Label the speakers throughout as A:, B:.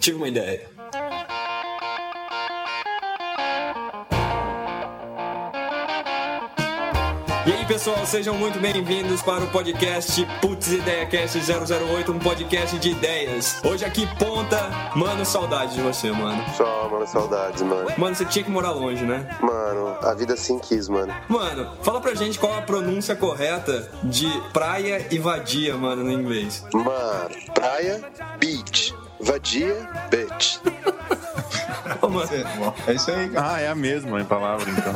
A: Tive uma ideia. E aí, pessoal, sejam muito bem-vindos para o podcast Putz Ideia Cast 008, um podcast de ideias. Hoje aqui, Ponta. Mano, saudade de você, mano.
B: Só, mano, saudades, mano.
A: Mano, você tinha que morar longe, né?
B: Mano, a vida assim quis, mano.
A: Mano, fala pra gente qual a pronúncia correta de praia e vadia, mano, no inglês.
B: Mano, praia, beach. Vadia, bitch.
A: Ô, mano,
C: É isso aí, cara.
D: Ah, é a mesma em palavra, então.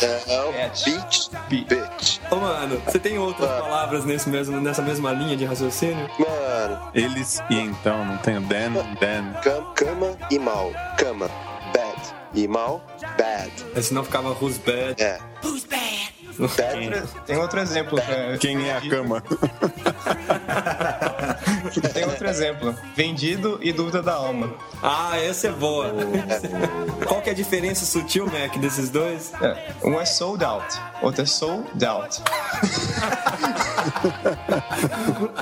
B: É, é o
C: Bitch.
B: beach,
C: Bi-
B: bitch.
A: ô, mano, você tem outras palavras nesse mesmo, nessa mesma linha de raciocínio?
B: Mano,
D: Eles e então, não tem o Dan, Dan.
B: cam, cama e mal. Cama, bad. E mal, bad.
A: Aí É, senão ficava who's bad.
B: É. Who's bad? Bad,
C: Tem outro exemplo. cara.
D: Quem é a cama?
C: Tem outro exemplo. Vendido e dúvida da alma.
A: Ah, essa é boa. Qual que é a diferença sutil, Mac, desses dois?
C: É. Um é sold out, outro é sold out.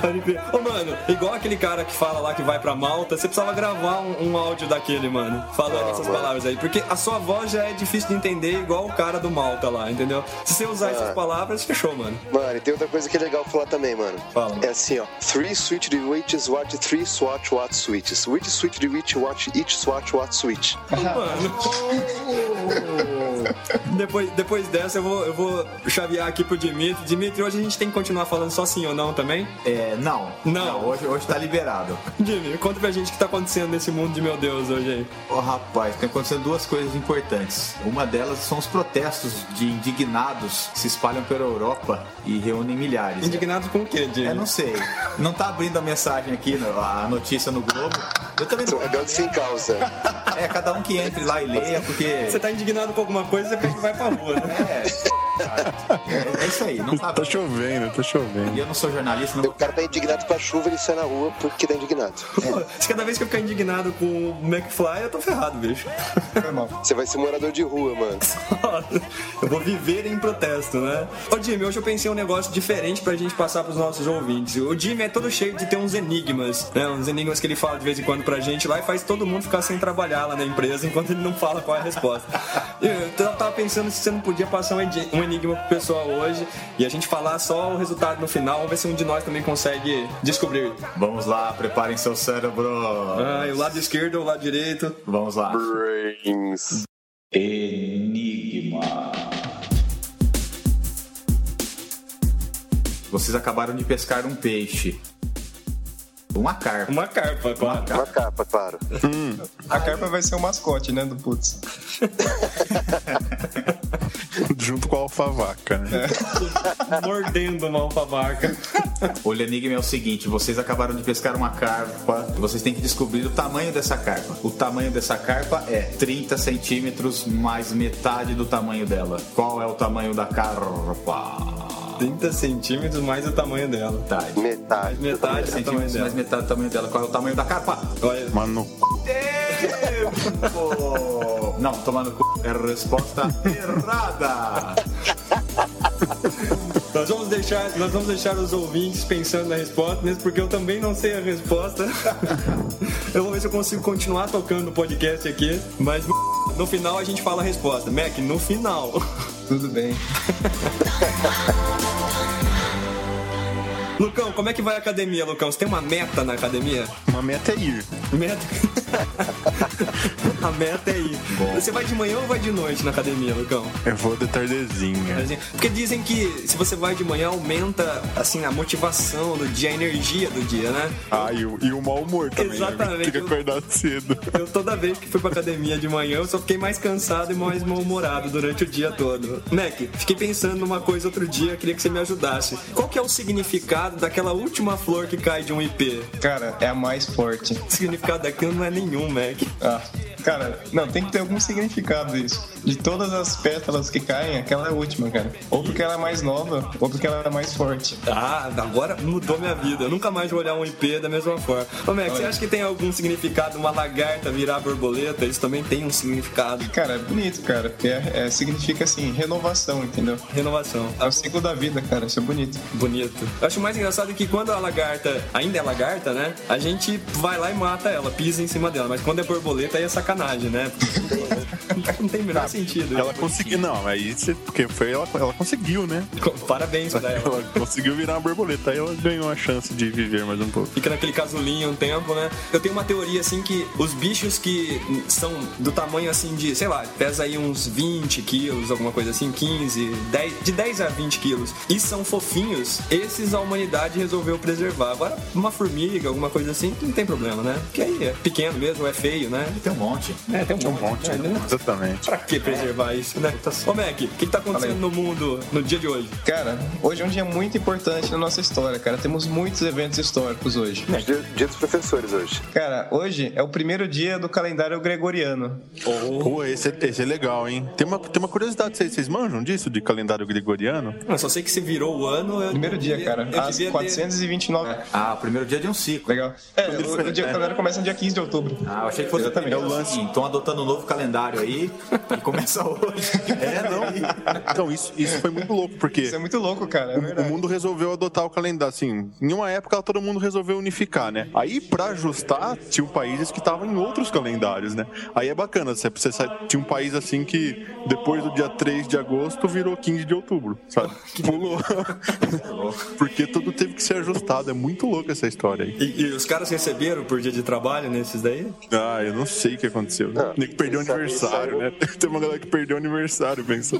A: Pode crer. Ô, mano, igual aquele cara que fala lá que vai pra Malta, você precisava gravar um, um áudio daquele, mano, falando essas
B: mano.
A: palavras aí. Porque a sua voz já é difícil de entender, igual o cara do Malta lá, entendeu? Se você usar essas palavras, fechou, mano.
B: Mano, e tem outra coisa que é legal falar também, mano.
A: Fala.
B: É assim, ó. Three switch the witches, watch three swatch, watch switches. Which switch the witch, watch each swatch, watch switch.
A: Mano. depois, depois dessa, eu vou, eu vou chavear aqui pro Dimitri. Dimitri, hoje a gente tem que continuar falando só sim ou não também.
E: É, não.
A: Não.
E: hoje, hoje tá liberado.
A: Dimitri, conta pra gente o que tá acontecendo nesse mundo de meu Deus hoje aí.
E: Ô rapaz, tem acontecendo duas coisas importantes. Uma delas são os protestos de indignados que se espalham pela Europa e reúnem milhares.
A: Indignado com o quê,
E: É,
A: Dimitri?
E: não sei. Não tá abrindo a mensagem aqui, no- a notícia no Globo. Eu também
B: São
E: não.
B: rebeldes Então, sem causa.
E: É, cada um que entre lá e leia,
A: Você
E: porque.
A: tá indignado com alguma coisa, você vai pra rua, né?
E: É. É, é isso aí, não tá
D: Tá
E: abrindo.
D: chovendo, tá
E: E
D: chovendo.
E: eu não sou jornalista, não
B: O cara tá indignado com a chuva, ele sai na rua porque tá indignado.
A: Pô, se cada vez que eu ficar indignado com o McFly, eu tô ferrado, bicho.
C: Foi mal.
B: É, Você vai ser morador de rua, mano.
A: Eu vou viver em protesto, né? Ô, Jimmy, hoje eu pensei um negócio diferente pra gente passar pros nossos ouvintes. O Jimmy é todo cheio de ter uns enigmas, né? Uns enigmas que ele fala de vez em quando pra gente lá e faz todo mundo ficar sem trabalhar lá na empresa enquanto ele não fala qual é a resposta. Eu t- tava pensando se você não podia passar um edi- um enigma pro pessoal hoje e a gente falar só o resultado no final. Vamos ver se um de nós também consegue descobrir.
E: Vamos lá, preparem seu cérebro.
A: Ah, e o lado esquerdo ou o lado direito?
E: Vamos lá.
B: Brains.
E: Vocês acabaram de pescar um peixe. Uma carpa.
A: Uma carpa, claro.
B: Uma capa, claro.
C: A carpa vai ser o mascote, né? Do putz.
D: Junto com a alfavaca, né?
A: Mordendo uma alfavaca.
E: O enigma é o seguinte: vocês acabaram de pescar uma carpa. Vocês têm que descobrir o tamanho dessa carpa. O tamanho dessa carpa é 30 centímetros mais metade do tamanho dela. Qual é o tamanho da carpa?
A: 30 centímetros mais o tamanho dela.
E: Metade.
A: Metade
B: Metade.
A: do tamanho
E: Centímetros mais
A: dela.
E: metade do tamanho dela. Qual é o tamanho da carpa?
A: Olha,
D: Mano,
E: Pô, Não, tomando cu. É a resposta errada.
A: nós vamos, deixar, nós vamos deixar os ouvintes pensando na resposta, mesmo porque eu também não sei a resposta. eu vou ver se eu consigo continuar tocando o podcast aqui, mas no final a gente fala a resposta. Mac, no final.
C: Tudo bem.
A: Lucão, como é que vai a academia, Lucão? Você tem uma meta na academia?
D: uma meta é ir.
A: Meta. a meta é ir. Você vai de manhã ou vai de noite na academia, Lucão?
D: Eu vou de tardezinha.
A: Assim, Porque dizem que se você vai de manhã aumenta assim a motivação do dia, a energia do dia, né?
D: Ah, e o, e o mau humor também. né?
A: Exatamente.
D: Tem que acordar cedo.
A: Eu toda vez que fui pra academia de manhã, eu só fiquei mais cansado e mais mal-humorado durante o dia todo. Mac, fiquei pensando numa coisa outro dia, queria que você me ajudasse. Qual que é o significado daquela última flor que cai de um IP?
C: Cara, é a mais forte.
A: O significado daquilo não é nenhum, Mac.
C: Ah, Cara, não, tem que ter algum significado isso. De todas as pétalas que caem, aquela é a última, cara. Ou porque ela é mais nova, ou porque ela é mais forte.
A: Ah, agora mudou minha vida. Eu nunca mais vou olhar um IP da mesma forma. Ô, Max, você acha que tem algum significado uma lagarta virar borboleta? Isso também tem um significado.
C: Cara, é bonito, cara. Porque é, é- significa assim, renovação, entendeu?
A: Renovação.
C: É o ciclo da vida, cara. Isso é bonito.
A: Bonito. Eu acho mais engraçado que quando a lagarta ainda é lagarta, né? A gente vai lá e mata ela, pisa em cima dela. Mas quando é borboleta, aí é sacanagem, né? Não tem o menor sentido.
D: Ela conseguiu. Não, aí você. Porque foi ela, ela conseguiu, né?
A: Parabéns pra ela.
D: Ela conseguiu virar uma borboleta. Aí ela ganhou a chance de viver mais um pouco.
A: Fica naquele casulinho um tempo, né? Eu tenho uma teoria assim que os bichos que são do tamanho assim de, sei lá, pesa aí uns 20 quilos, alguma coisa assim, 15, 10, de 10 a 20 quilos, e são fofinhos, esses a humanidade resolveu preservar. Agora, uma formiga, alguma coisa assim, não tem problema, né? Porque aí é pequeno mesmo, é feio, né?
E: Tem um monte.
A: É, tem
D: Um monte.
A: É, né?
D: Exatamente.
A: Pra que preservar isso, né? Ô, Mac, o que, que tá acontecendo no mundo no dia de hoje?
C: Cara, hoje é um dia muito importante na nossa história, cara. Temos muitos eventos históricos hoje.
B: Dia, dia dos professores hoje.
C: Cara, hoje é o primeiro dia do calendário gregoriano.
D: Pô, esse, é- esse é legal, hein? Tem uma, tem uma curiosidade, vocês, vocês manjam disso, de calendário gregoriano?
A: Eu só sei que se virou o ano. Eu
C: Primeiro dia,
A: devia-
C: cara.
A: eu
C: Às
A: devia ter-
C: 429.
E: Ah, o primeiro dia de um ciclo.
C: Legal. É, o, o dia do calendário começa no dia 15 de outubro.
E: Ah, eu achei que fosse
C: Exatamente.
E: É o lance. Então adotando um novo calendário aí e começa hoje. É, não.
D: Então, isso, isso foi muito louco, porque
C: Isso é muito louco, cara. É
D: o
C: verdade.
D: mundo resolveu adotar o calendário, assim, em uma época todo mundo resolveu unificar, né? Aí, pra ajustar, tinha países que estavam em outros calendários, né? Aí é bacana, você, você sabe, tinha um país, assim, que depois do dia 3 de agosto virou 15 de outubro, sabe? Pulou. porque tudo teve que ser ajustado, é muito louco essa história aí.
A: E, e os caras receberam por dia de trabalho nesses daí?
D: Ah, eu não sei o que aconteceu. Né?
B: Ah,
D: Nego perdeu o
B: isso aí,
D: aniversário,
B: isso
D: né? Tem uma galera que perdeu o aniversário, pensou.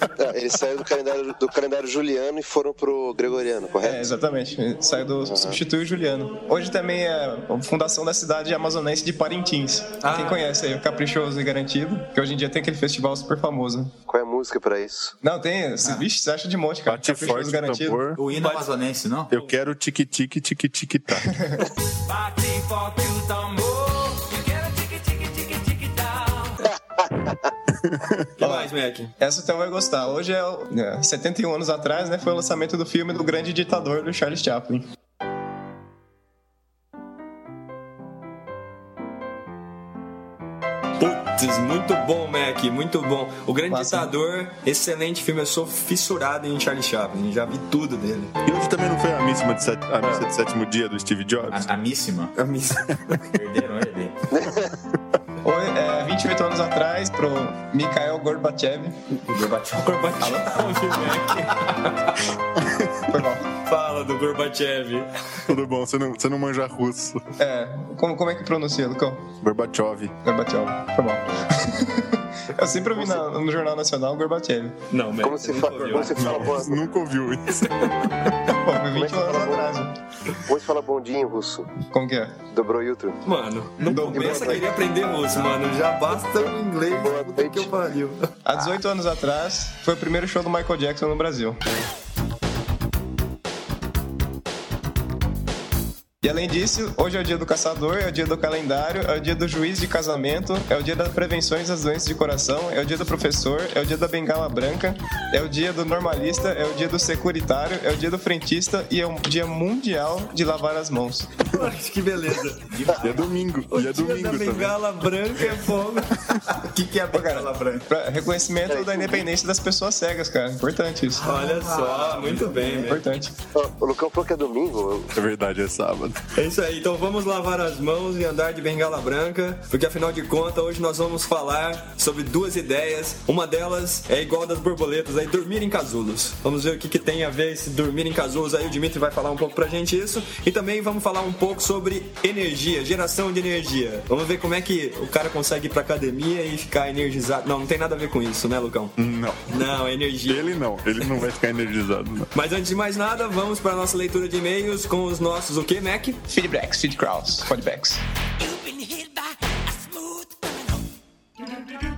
B: Ah, eles saíram do calendário, do calendário juliano e foram pro gregoriano,
C: É,
B: correto?
C: exatamente. Sai do substitui o Juliano. Hoje também é a fundação da cidade amazonense de Parintins.
A: Ah.
C: Quem conhece aí, o Caprichoso e Garantido, que hoje em dia tem aquele festival super famoso.
B: Qual é a música pra isso?
C: Não, tem. esse- Vixe, você acha de monte, cara.
D: Bate forte
C: Caprichoso
D: o
C: Garantido.
D: tambor.
E: O hino amazonense, não?
D: Eu quero tique-tique, tique-tique, tá.
F: Bate forte o tambor. Eu quero tique, tique, tique, tique, tal.
A: O que mais, Mac?
C: Essa você vai gostar. Hoje é, o- é 71 anos atrás, né? Foi o lançamento do filme do Grande Ditador do Charles Chaplin.
A: Putz, muito bom, Mac, muito bom. O Grande
C: Massa.
A: Ditador, excelente filme. Eu sou fissurado em Charlie Chaplin, já vi tudo dele.
D: E hoje também não foi a missa de, set- a missa de sétimo dia do Steve Jobs?
E: A, a míssima.
A: A missa-
E: Perderam ele.
C: Foi é, 28 anos atrás pro Mikhail Gorbachev.
A: O Gorbachev. Gorbachev, Mac.
C: Foi mal.
A: Fala do Gorbachev.
D: Tudo bom, você não, você não manja russo.
C: É, como, como é que pronuncia, Lucão?
D: Gorbachev.
C: Gorbachev. Foi mal. Eu sempre ouvi na- no Jornal Nacional Gorbachev.
A: Não, Mac.
B: Como se, fa... como se fala bom...
D: Nunca ouviu isso.
C: Bom, foi 20
B: Como é que
C: anos
B: fala
C: atrás.
B: Como se fala bondinho em russo?
C: Como que é?
B: Dobrou YouTube.
A: Mano, não
C: Não,
A: começa a
B: Gorbachev.
A: querer aprender russo, mano. Já basta o inglês.
B: Boa
A: Puta que
B: noite.
A: eu pariu.
C: Há 18 anos atrás, foi o primeiro show do Michael Jackson no Brasil. E além disso, hoje é o dia do caçador, é o dia do calendário, é o dia do juiz de casamento, é o dia das prevenções das doenças de coração, é o dia do professor, é o dia da bengala branca, é o dia do normalista, é o dia do securitário, é o dia do frentista e é o dia mundial de lavar as mãos.
A: Que beleza.
D: E é domingo.
A: O
D: E é
A: dia da
D: domingo também.
A: bengala branca é fogo.
E: O que, que é a bengala branca?
C: Pra- reconhecimento da independência das pessoas cegas, cara. Importante isso.
A: Olha só, muito bem, Mac.
C: Importante.
B: Ó, o Lucão falou que é domingo. eu-
D: É verdade, é sábado.
A: É isso aí, então vamos lavar as mãos e andar de bengala branca, porque afinal de contas hoje nós vamos falar sobre duas ideias. Uma delas é igual a das borboletas aí, dormir em casulos. Vamos ver o que, que tem a ver esse dormir em casulos aí, o Dimitri vai falar um pouco pra gente isso. E também vamos falar um pouco sobre energia, geração de energia. Vamos ver como é que o cara consegue ir pra academia e ficar energizado. Não, não tem nada a ver com isso, né, Lucão?
D: Não.
A: Não, é energia.
D: Ele não. Ele não vai ficar energizado, não.
A: Mas antes de mais nada, vamos pra nossa leitura de e-mails com os nossos o quê, Mac?
C: Feedbacks, feedcrowds, feedbacks.
F: You've been hit by a smooth criminal.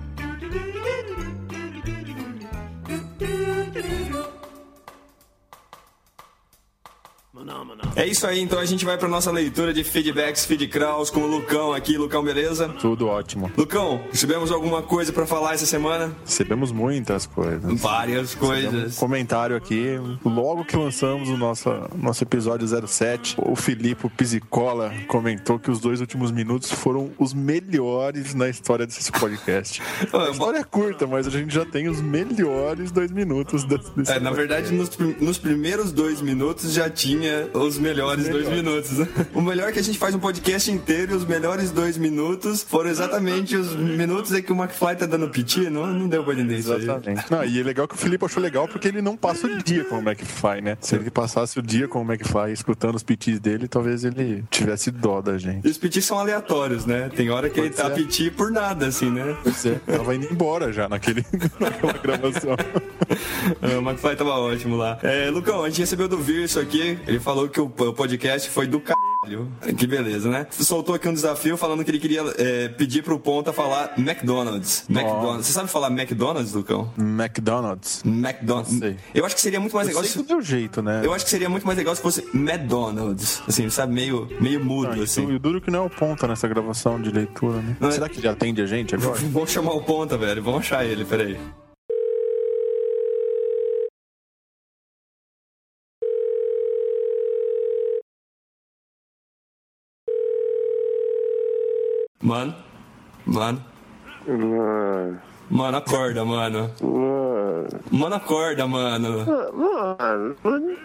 A: É isso isso aí, então a gente vai pra nossa leitura de feedbacks, feedcraws com o Lucão aqui. Lucão, beleza?
D: Tudo ótimo.
A: Lucão, recebemos alguma coisa pra falar essa semana?
D: Recebemos muitas coisas.
A: Várias
D: Fizemos um
A: coisas.
D: comentário aqui. Logo que lançamos o nosso, nosso episódio 07, o Filipe Pisicola comentou que os dois últimos minutos foram os melhores na história desse podcast.
A: Ah,
D: A história é curta, mas a gente já tem os melhores dois minutos desse desse
A: É, na
D: podcast.
A: verdade, nos, prim- nos primeiros dois minutos já tinha os melhores dois minutos. O melhor é que a gente faz um podcast inteiro e os melhores dois minutos foram exatamente os minutos em que o McFly tá dando piti. Não, não deu pra entender isso aí.
D: Não, e é legal que o Felipe achou legal porque ele não passa o dia com o McFly, né? Se ele passasse o dia com o McFly escutando os pitis dele, talvez ele tivesse dó da gente.
A: E os pitis são aleatórios, né? Tem hora que ele tá
D: ser.
A: piti por nada, assim, né?
D: Tava indo embora já naquele, naquela gravação.
A: Ah, O McFly tava ótimo lá. É, Lucão, a gente recebeu do Vir isso aqui. Ele falou que o p- o podcast foi do caralho. Que beleza, né? Soltou aqui um desafio falando que ele queria é, pedir pro Ponta falar McDonald's. McDonald's. Você sabe falar McDonald's, Lucão?
D: McDonald's.
A: McDonald's.
D: Sei.
A: Eu acho que seria muito mais
D: Eu
A: legal
D: sei
A: se...
D: do teu jeito, né?
A: Eu acho que seria muito mais legal se fosse McDonald's. Assim, sabe? Meio, meio mudo,
D: Ah, e
A: assim.
D: o- e o duro que não é o ponta nessa gravação de leitura, né?
A: Não, é-
D: Será que ele atende a gente agora?
A: Vamos chamar o Ponta, velho. Vamos achar ele, peraí. Mano, mano,
B: Mano,
A: mano, acorda, mano.
B: mano,
A: Mano, acorda, mano.
B: mano, mano,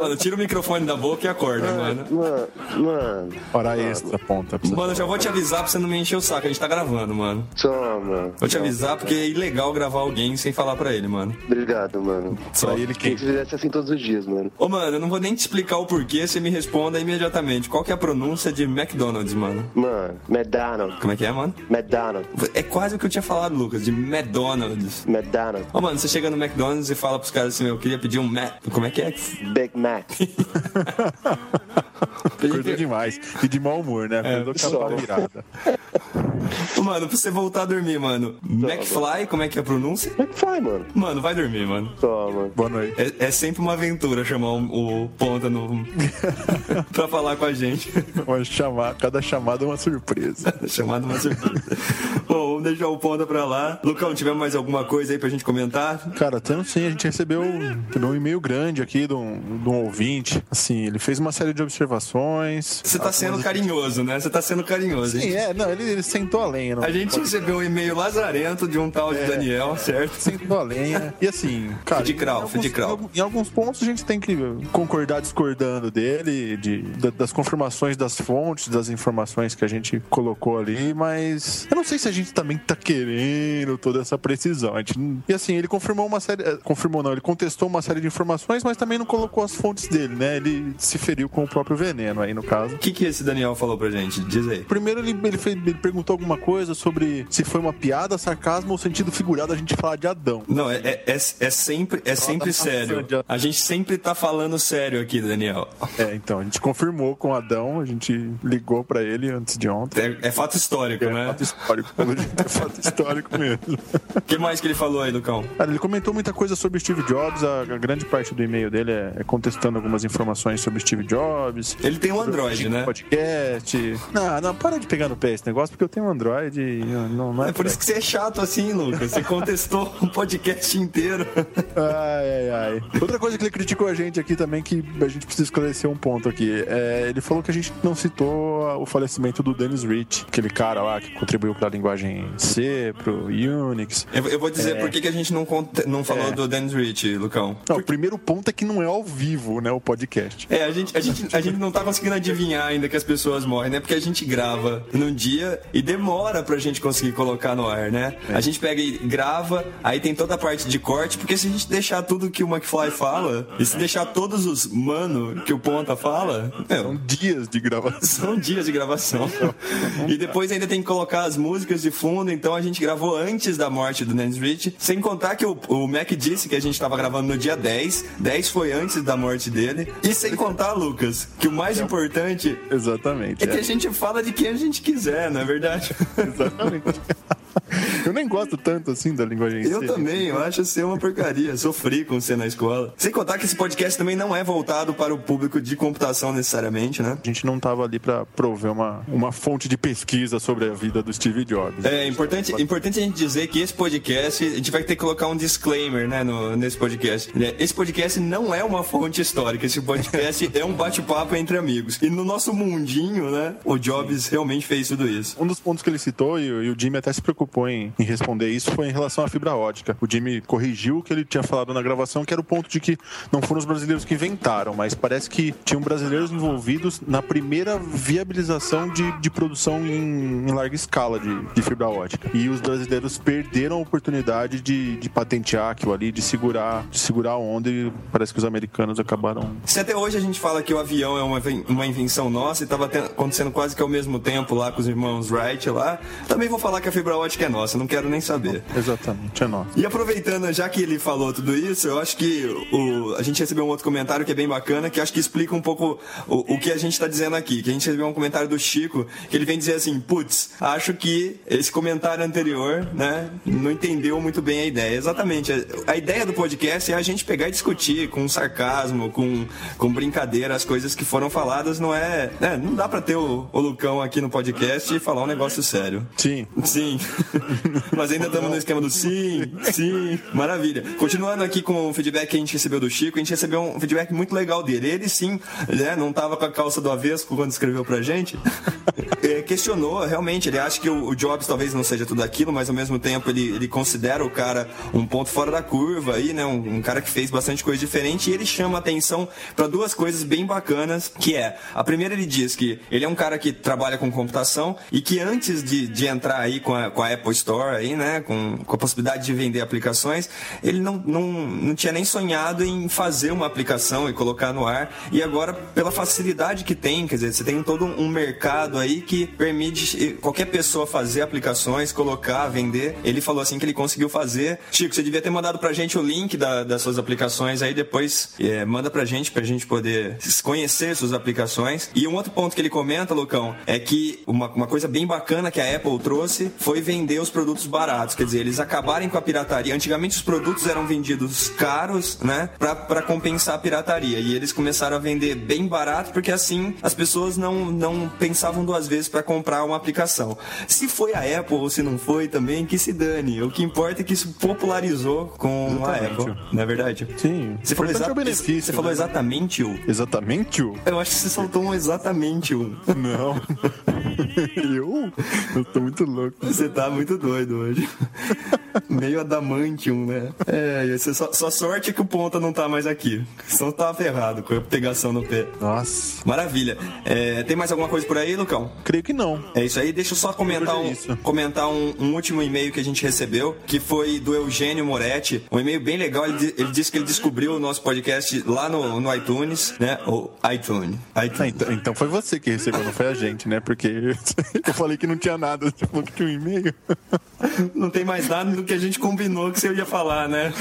A: Mano, tira o microfone da boca e acorda, mano.
B: mano,
D: Hora extra, ponta. Precisa-
A: Mano, eu já vou te avisar pra você não me encher o saco. A gente tá gravando, mano.
B: toma.
A: Vou te avisar porque é ilegal gravar alguém sem falar pra ele, mano.
B: Obrigado, mano.
A: Só
D: Pra ele
B: Quem
D: quem?
B: que fizesse assim todos os dias, mano.
A: Ô, mano, eu não vou nem te explicar o porquê, você me responda imediatamente. Qual que é a pronúncia de McDonald's, mano?
B: Mano, McDonald's,
A: Como é que é, mano?
B: McDonald's,
A: É quase o que eu tinha falado, Lucas, de McDonald's.
B: McDonald's,
A: Ô, mano, você chega no McDonald's e fala pros caras assim, eu queria pedir um Mac... Como é que é?
B: Big Mac.
D: Acordou demais. E de mau humor, né? Acordou com aquela virada.
A: Ô, mano, pra você voltar a dormir, mano. McFly, como é que é a pronúncia?
B: Como é que faz, mano?
A: Mano, vai dormir, mano.
B: Toma.
D: Boa noite.
A: É, é sempre uma aventura chamar um, o, o Ponta no... pra falar com a gente.
D: Uma chamada, cada chamada é uma surpresa.
A: Tá Chamado uma surpresa. Bom, vamos deixar o Ponta pra lá. Lucão, tivemos mais alguma coisa aí pra gente comentar?
D: Cara, temos sim, a gente recebeu um e-mail grande aqui de um, de um ouvinte. Assim, ele fez uma série de observações.
A: Você tá sendo carinhoso, né? Você tá sendo carinhoso.
D: Sim, é, não, ele, ele sentou a lenha. Não,
A: A gente recebeu um e-mail lazarento de um
D: É.
A: tal de Daniel, certo?
D: Sentou a lenha. E assim, cara.
A: Fui de crau,
D: em alguns-
A: fui de crau.
D: Em alguns, em alguns pontos a gente tem que concordar discordando dele, de, da- das confirmações das fontes, das informações que a gente colocou ali, mas eu não sei se a gente também tá querendo toda essa precisão. A gente não- e assim, ele confirmou uma série. eh, Confirmou não, ele contestou uma série de informações, mas também não colocou as fontes dele, né? Ele se feriu com o próprio veneno aí, no caso.
A: O que, que esse Daniel falou pra gente? Diz aí.
D: Primeiro ele, ele, fez- ele perguntou alguma coisa sobre se foi uma piada, sarcasmo ou sentido figurado a gente falar de Adão.
A: Não, é, é, é- é sempre, é sempre sério. A gente sempre tá falando sério aqui, Daniel.
D: É, então, a gente confirmou com o Adão, a gente ligou pra ele antes de ontem.
A: É, é fato histórico,
D: É
A: né?
D: fato histórico, pelo jeito é fato histórico mesmo.
A: O que mais que ele falou aí, Lucão?
D: Cara, ele comentou muita coisa sobre Steve Jobs, a, a grande parte do e-mail dele é, é contestando algumas informações sobre Steve Jobs.
A: Ele tem um Android, né?
D: Podcast. Não, não, para de pegar no pé esse negócio, porque eu tenho um Android e não, não, não é.
A: É por isso que você é chato assim, Lucas. Você contestou um podcast inteiro.
D: Ai, ai, ai. Outra coisa que ele criticou a gente aqui também, que a gente precisa esclarecer um ponto aqui. É, ele falou que a gente não citou o falecimento do Dennis Rich, aquele cara lá que contribuiu pra linguagem C, pro Unix.
A: Eu, eu vou dizer por que, que a gente não, conte- não falou do Dennis Rich, Lucão.
D: Não, o primeiro ponto é que não é ao vivo, né, o podcast.
A: É, a gente, a, gente, a gente não tá conseguindo adivinhar ainda que as pessoas morrem, né? Porque a gente grava num dia e demora pra gente conseguir colocar no ar, né? A gente pega e grava, aí tem toda a parte de corte, porque se a gente deixar tudo que o McFly fala, e se deixar todos os mano que o Ponta fala,
D: São
A: meu,
D: dias de gravação.
A: são dias de gravação. E depois ainda tem que colocar as músicas de fundo, então a gente gravou antes da morte do Nancy Rich. Sem contar que o, o Mac disse que a gente tava gravando no dia 10. 10 foi antes da morte dele. E sem contar, Lucas, que o mais importante
D: Exatamente.
A: é que a gente fala de quem a gente quiser, não é verdade?
D: Exatamente. Eu nem gosto tanto assim da linguagem em
A: Eu
D: si.
A: também, eu acho ser uma porcaria. Sofri com ser na escola. Sem contar que esse podcast também não é voltado para o público de computação necessariamente, né?
D: A gente não tava ali pra prover uma, uma fonte de pesquisa sobre a vida do Steve Jobs.
A: É importante, importante a gente dizer que esse podcast, a gente vai ter que colocar um disclaimer, né, no, nesse podcast. Né, Esse podcast não é uma fonte histórica, esse podcast é um bate-papo entre amigos. E no nosso mundinho, né, o Jobs realmente fez tudo isso.
D: Um dos pontos que ele citou, e o e o Jimmy até se preocupou em, em responder isso, foi em relação à fibra ótica. O Jimmy corrigiu o que ele tinha falado na gravação, que era o ponto de que não foram os brasileiros que inventaram, mas parece que tinham brasileiros envolvidos na primeira viabilização de, de produção em, em larga escala de, de fibra ótica. E os brasileiros perderam a oportunidade de, de patentear aquilo ali, de segurar, de segurar a onda, e parece que os americanos acabaram
A: Se até hoje a gente fala que o avião é uma, ven- uma invenção nossa e estava acontecendo quase que ao mesmo tempo lá com os irmãos Wright lá, também vou falar que a fibra ótica é nossa, não quero nem saber.
D: Exatamente, é nóis.
A: E aproveitando, já que ele falou tudo isso, eu acho que o, a gente recebeu um outro comentário que é bem bacana, que acho que explica um pouco o, o que a gente está dizendo aqui. Que a gente recebeu um comentário do Chico, que ele vem dizer assim, putz, acho que esse comentário anterior, né, não entendeu muito bem a ideia. Exatamente. a- A ideia do podcast é a gente pegar e discutir com sarcasmo, com, com brincadeira, as coisas que foram faladas, não é. né, não dá pra ter o, o Lucão aqui no podcast e falar um negócio sério.
D: Sim.
A: Sim. Mas ainda estamos no esquema do sim, sim. Maravilha. Continuando aqui com o feedback que a gente recebeu do Chico, a gente recebeu um feedback muito legal dele. Ele sim, né, não estava com a calça do avesso quando escreveu pra gente. É, questionou, realmente, ele acha que o, o Jobs talvez não seja tudo aquilo, mas ao mesmo tempo ele, ele considera o cara um ponto fora da curva aí, né? Um, um cara que fez bastante coisa diferente e ele chama atenção para duas coisas bem bacanas, que é, a primeira ele diz que ele é um cara que trabalha com computação e que antes de, de entrar aí com a, com a Apple Store aí, né, com, com a possibilidade de vender aplicações, ele não, não, não tinha nem sonhado em fazer uma aplicação e colocar no ar. E agora, pela facilidade que tem, quer dizer, você tem todo um mercado aí que permite eh, qualquer pessoa fazer aplicações, colocar, vender. Ele falou assim que ele conseguiu fazer. Chico, você devia ter mandado pra gente o link da- das suas aplicações aí depois eh, manda pra gente pra gente poder conhecer suas aplicações. E um outro ponto que ele comenta, Lucão, é que uma, uma coisa bem bacana que a Apple trouxe foi vender os produtos baratos, quer dizer, eles acabarem com a pirataria. Antigamente os produtos eram vendidos caros, né, pra, pra compensar a pirataria. E eles começaram a vender bem barato porque assim as pessoas não, não pensavam duas vezes pra comprar uma aplicação. Se foi a Apple ou se não foi também, que se dane. O que importa é que isso popularizou com
D: Exatamente.
A: a Apple, não é verdade?
D: Sim.
A: Você falou,
D: Importante
A: exa-
D: é o benefício,
A: você falou
D: né?
A: exatamente o.
D: Exatamente o?
A: Eu acho que você soltou um exatamente um.
D: Não. Eu? Eu tô muito louco.
A: Você tá muito doido hoje. Meio adamantium, né? É, e você só, só sorte que o ponta não tá mais aqui. Senão tava ferrado com a pegação no pé.
D: Nossa.
A: Maravilha. É, tem mais alguma coisa por aí, Lucão?
D: Creio que não.
A: É isso aí, deixa eu só comentar
D: Hoje é
A: um,
D: isso.
A: comentar um, um último e-mail que a gente recebeu, que foi do Eugênio Moretti. Um e-mail bem legal, ele, di- ele disse que ele descobriu o nosso podcast lá no, no iTunes, né? O iTunes.
D: Ah,
A: iTunes.
D: então, então foi você que recebeu, não foi a gente, né? Porque eu falei que não tinha nada, você falou que tinha um e-mail.
A: Não tem mais nada do que a gente combinou que você ia falar, né?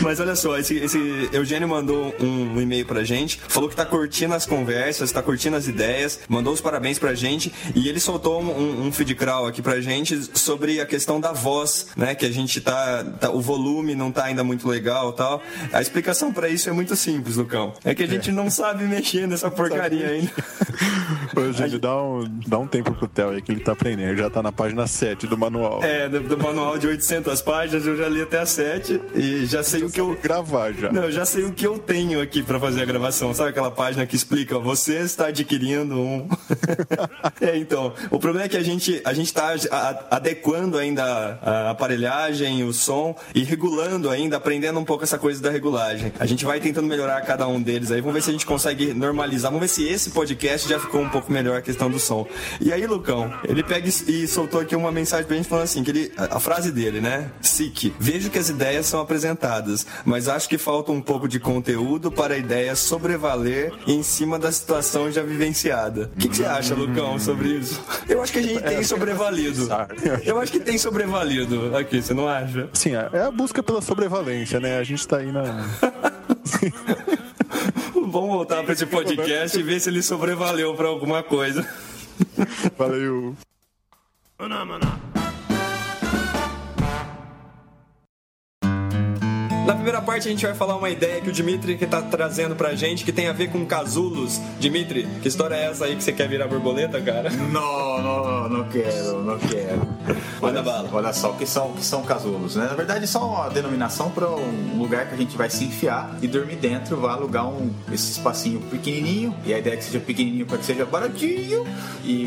A: Mas olha só, esse, esse Eugênio mandou um e-mail pra gente, falou que tá curtindo as conversas, tá curtindo as ideias, mandou os parabéns pra gente e ele soltou um, um, um feedcrawl aqui pra gente sobre a questão da voz, né? Que a gente tá, tá- O volume não tá ainda muito legal e tal. A explicação pra isso é muito simples, Lucão. É que a gente não sabe mexer nessa porcaria ainda.
D: Ô, gente, dá um, dá um tempo pro Theo aí que ele tá aprendendo. Ele já tá na página 7 do manual.
A: É, do, do manual de 800 páginas, eu já li até a 7 e já sei o que eu.
D: Gravar já.
A: Não, eu já sei o que eu tenho aqui pra fazer a gravação. Sabe aquela página que explica? Você está adquirindo um. é, então. O problema é que a gente, a gente tá a- adequando ainda a, a aparelhagem, o som e regulando ainda, aprendendo um pouco essa coisa da regulagem. A gente vai tentando melhorar cada um deles aí. Vamos ver se a gente consegue normalizar. Vamos ver se esse podcast já ficou um pouco melhor a questão do som. E aí, Lucão, ele pega e e soltou aqui uma mensagem pra gente falando assim, que ele, a a frase dele, né? SIC. Vejo que as ideias são apresentadas, mas acho que falta um pouco de conteúdo para a ideia sobrevaler em cima da situação já vivenciada. O que, que você acha, Lucão, sobre isso? Eu acho que a gente tem sobrevalido. Eu acho que tem sobrevalido aqui, você não acha?
D: Sim, é a busca pela sobrevalência, né? A gente tá aí na.
A: Vamos voltar pra esse podcast e ver se ele sobrevaleu pra alguma coisa.
D: Valeu.
A: Na primeira parte a gente vai falar uma ideia que o Dimitri que tá trazendo pra gente que tem a ver com casulos. Dimitri, que história é essa aí que você quer virar borboleta, cara?
E: Não, não, não quero, não quero.
A: Manda
E: Olha,
A: bala.
E: olha só o que são, o que são casulos, né? Na verdade, é só uma denominação para um lugar que a gente vai se enfiar e dormir dentro, vai alugar um, esse espacinho pequenininho. E a ideia é que seja pequenininho para que seja baratinho e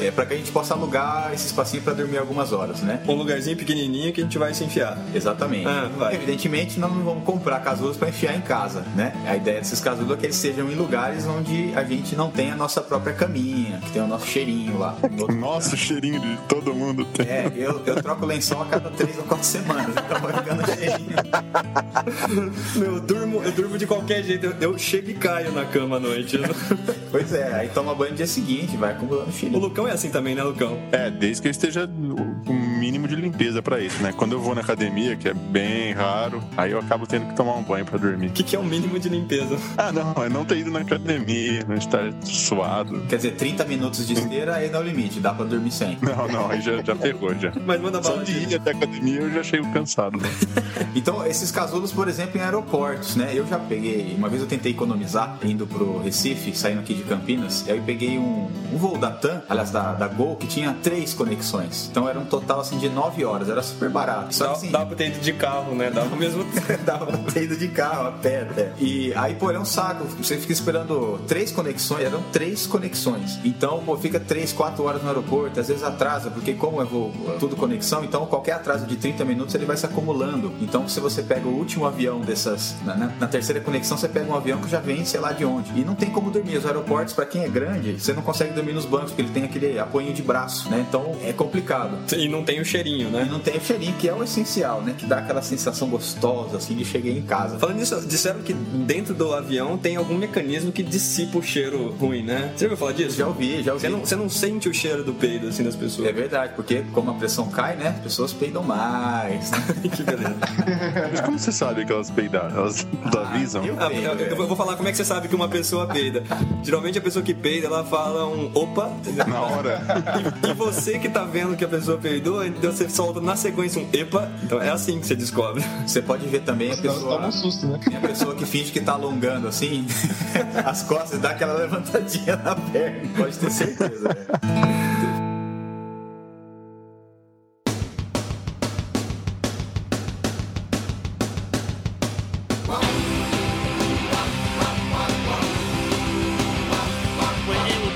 E: é, para que a gente possa alugar esse espacinho para dormir algumas horas, né?
A: Um lugarzinho pequenininho que a gente vai se enfiar.
E: Exatamente.
A: Ah, vai.
E: Evidentemente, nós não vamos comprar casulos para enfiar em casa, né? A ideia desses casulos é que eles sejam em lugares onde a gente não tem a nossa própria caminha, que tem o nosso cheirinho lá. No outro-
D: Nossa, o cheirinho de todo mundo tem.
E: É, eu, eu troco o lençol a cada três ou quatro semanas, então vai ficando cheirinho.
A: Meu, eu durmo, eu durmo de qualquer jeito. Eu, eu chego e caio na cama à noite.
E: Pois é, aí toma banho no dia seguinte, vai acumulando
A: o
E: filho.
A: Lucão é assim também, né, Lucão?
D: É, desde que eu esteja o o mínimo de limpeza pra isso, né? Quando eu vou na academia, que é bem raro, aí eu acabo tendo que tomar um banho pra dormir.
A: O que, que é o mínimo de limpeza?
D: Ah, não, é não ter ido na academia, não estar suado.
E: Quer dizer, 30 minutos de esteira aí dá o limite, dá pra dormir sem.
D: Não, não, aí já, já ferrou já.
A: Mas manda
D: Só
A: bala.
D: de
A: Dimitri.
D: ir até a academia eu já chego cansado. Né?
E: Então, esses casulos, por exemplo, em aeroportos, né? Eu já peguei, uma vez eu tentei economizar indo pro Recife, saindo aqui de Campinas, e aí eu peguei um, um voo da TAM, aliás, da, da Gol, que tinha três conexões. Então era um total assim de 9 horas, era super barato. Só que,
A: Dá,
E: assim,
A: dá pra ter ido de carro, né? Dá pro mesmo tempo.
E: dava pra ter ido um de carro, a pé até. E aí, pô, é um saco. Você fica esperando três conexões, eram três conexões. Então, pô, fica três, quatro horas no aeroporto, às vezes atrasa, porque como é voo, tudo conexão, então qualquer atraso de 30 minutos ele vai se acumulando. Então, se você pega o último avião dessas, na, na- na terceira conexão, você pega um avião que já vem, sei lá de onde. E não tem como dormir. Os aeroportos, pra quem é grande, você não consegue dormir nos bancos, porque ele tem aquele apoio de braço, né? Então, é complicado.
A: E não tem o cheirinho,
E: E
A: né?
E: não tem o cheirinho, que é o essencial, né? Que dá aquela sensação gostosa, assim, de cheguei em casa.
A: Falando nisso, disseram que dentro do avião tem algum mecanismo que dissipa o cheiro ruim, né? Você já ouviu falar disso?
E: Já ouvi, já ouvi.
A: Você não, você não sente o cheiro do peido, assim, das pessoas.
E: É verdade, porque como a pressão cai, né? As pessoas peidam mais.
A: que beleza.
D: Mas como você sabe que elas peidaram? Elas avisam?
E: eu-
A: Ah, eu, eu vou- eu vou falar como é que você sabe que uma pessoa peida. Geralmente a pessoa que peida, ela fala um opa.
D: Na hora.
A: E você que tá vendo que a pessoa peidou, então você solta na sequência um epa. Então é assim que você descobre.
E: Você pode ver também a
C: Toma
E: pessoa,
C: um susto, né?
E: a pessoa que finge que tá alongando assim, as costas dá aquela levantadinha na perna. Pode ter certeza. né?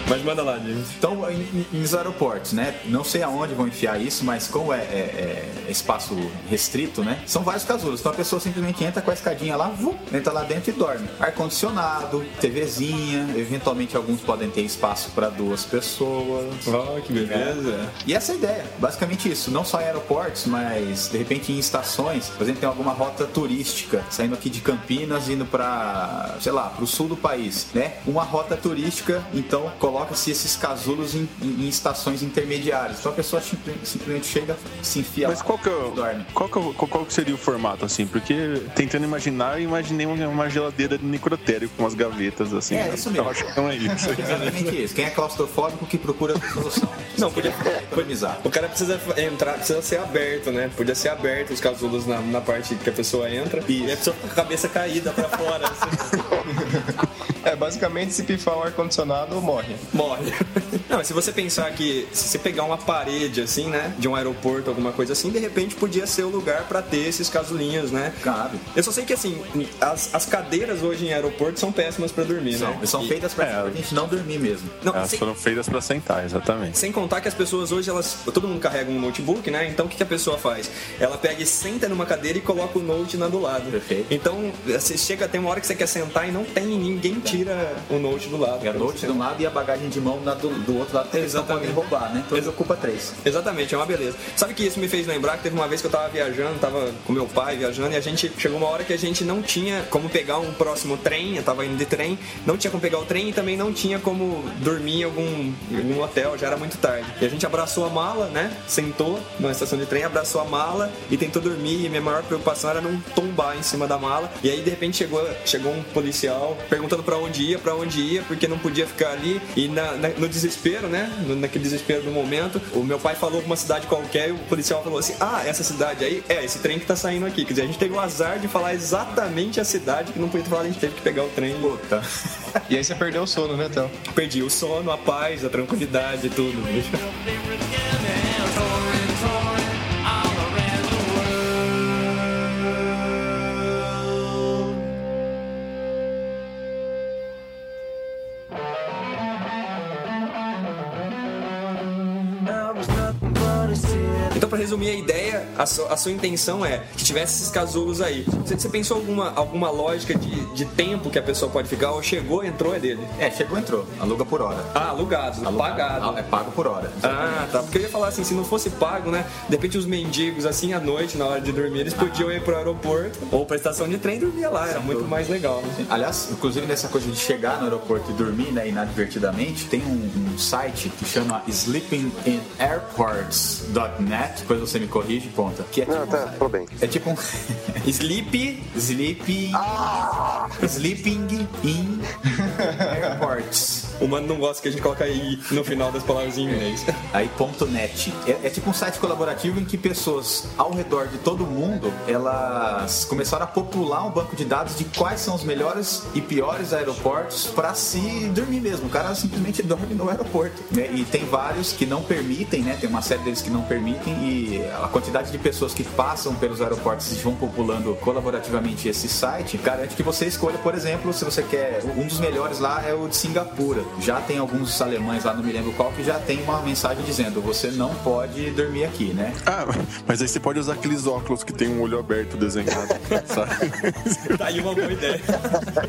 A: Mas manda lá, gente.
E: Então, em- em- nos aeroportos, né? Não sei aonde vão enfiar isso, mas como é, é- é espaço restrito, né? São vários casulos. Então a pessoa simplesmente entra com a escadinha lá, vu, entra lá dentro e dorme. Ar-condicionado, TVzinha, eventualmente alguns podem ter espaço para duas pessoas.
A: Ó, que beleza.
E: E essa é a ideia, basicamente isso, não só em aeroportos, mas de repente em estações, por exemplo, tem alguma rota turística, saindo aqui de Campinas, indo pra, sei lá, pro sul do país, né? Uma rota turística, então coloca-se esses casulos em, em- em estações intermediárias. Então a pessoa simplesmente- simplesmente chega, se enfia
D: Mas
E: lá
D: qual que, é
E: e dorme.
D: o, qual, que é o- qual- qual que seria o formato, assim? Porque tentando imaginar, eu imaginei uma, uma geladeira de necrotério com umas gavetas, assim.
E: É, isso mesmo.
D: Eu acho que não é isso.
E: Exatamente isso. Quem é claustrofóbico que procura solução.
A: Não, podia-
E: economizar.
A: O cara precisa entrar, precisa ser aberto, né? Podia ser aberto os casulos na, na parte que a pessoa entra. E a pessoa com a cabeça caída pra fora, assim,
C: É, basicamente, se pifar um ar-condicionado, morre.
A: morre. Não, mas se você pensar que se você pegar uma parede, assim, né? De um aeroporto, alguma coisa assim, de repente podia ser o lugar pra ter esses casulinhos, né?
E: Cabe.
A: Eu só sei que, assim, as, as cadeiras hoje em aeroporto são péssimas pra dormir, né?
E: São, são
A: E-
E: feitas pra,
D: É.
E: pra gente não dormir mesmo.
A: Não,
D: Elas
A: sem,
D: foram feitas pra sentar, exatamente.
A: Sem contar que as pessoas hoje, elas. Todo mundo carrega um notebook, né? Então o que, que a pessoa faz? Ela pega e senta numa cadeira e coloca o note na do lado.
E: Perfeito.
A: Então, você chega, tem uma hora que você quer sentar e não tem, ninguém tira o note do lado.
E: E a note de um lado e a bagagem de mão na do, do outro lado, eles não podem
A: Exatamente.
E: roubar, né? Então ele ocupa três.
A: Exatamente, é uma beleza. Sabe que isso me fez lembrar que teve uma vez que eu tava viajando, tava com meu pai viajando, e a gente chegou uma hora que a gente não tinha como pegar um próximo trem, eu tava indo de trem, não tinha como pegar o trem e também não tinha como dormir em algum, em algum hotel, já era muito tarde. E a gente abraçou a mala, né? Sentou numa estação de trem, abraçou a mala e tentou dormir, e minha maior preocupação era não tombar em cima da mala. E aí de repente chegou, chegou um policial perguntando pra onde ia, pra onde ia, porque não podia ficar ali, e na- na- no desespero desespero, né? No- Naquele desespero do momento. O meu pai falou uma cidade qualquer e o policial falou assim: Ah, essa cidade aí é esse trem que tá saindo aqui. Quer dizer, a gente teve o azar de falar exatamente a cidade que não podia falar, a gente teve que pegar o trem.
E: Puta.
C: E aí você perdeu o sono, né, Théo?
A: Perdi o sono, a paz, a tranquilidade e tudo, bicho. Então, pra resumir a ideia, a, su- a sua intenção é que tivesse esses casulos aí. Você, você pensou alguma, alguma lógica de, de tempo que a pessoa pode ficar? Ou chegou, entrou, é dele?
E: É, chegou, entrou. Aluga por hora.
A: Ah, alugado,
E: Alugado.
A: pagado.
E: É pago por hora.
A: Ah, tá. Porque eu ia falar assim, se não fosse pago, né? De repente os mendigos, assim, à noite, na hora de dormir, eles podiam ir pro aeroporto ou pra estação de trem e dormia lá. Era muito mais legal, né?
E: Aliás, inclusive nessa coisa de chegar no aeroporto e dormir, né, inadvertidamente, tem um, um site que chama sleepinginairports.net, depois você me corrige, ponta. Que é tipo,
B: Não, tá, tudo bem.
E: é tipo um
A: Sleep
E: sleeping,
B: Ah!
E: sleeping in airports.
A: O mano não gosta que a gente coloca aí no final das palavras em inglês.
E: Aí ponto .net. É, é tipo um site colaborativo em que pessoas ao redor de todo mundo, elas começaram a popular um banco de dados de quais são os melhores e piores aeroportos pra se dormir mesmo. O cara simplesmente dorme no aeroporto. né? E tem vários que não permitem, né? Tem uma série deles que não permitem e a quantidade de pessoas que passam pelos aeroportos e vão populando colaborativamente esse site garante que você escolha, por exemplo, se você quer um dos melhores lá é o de Singapura. Já tem alguns alemães lá, não me lembro qual, que já tem uma mensagem dizendo você não pode dormir aqui, né?
D: Ah, mas aí você pode usar aqueles óculos que tem um olho aberto desenhado, sabe?
A: Tá aí uma boa ideia.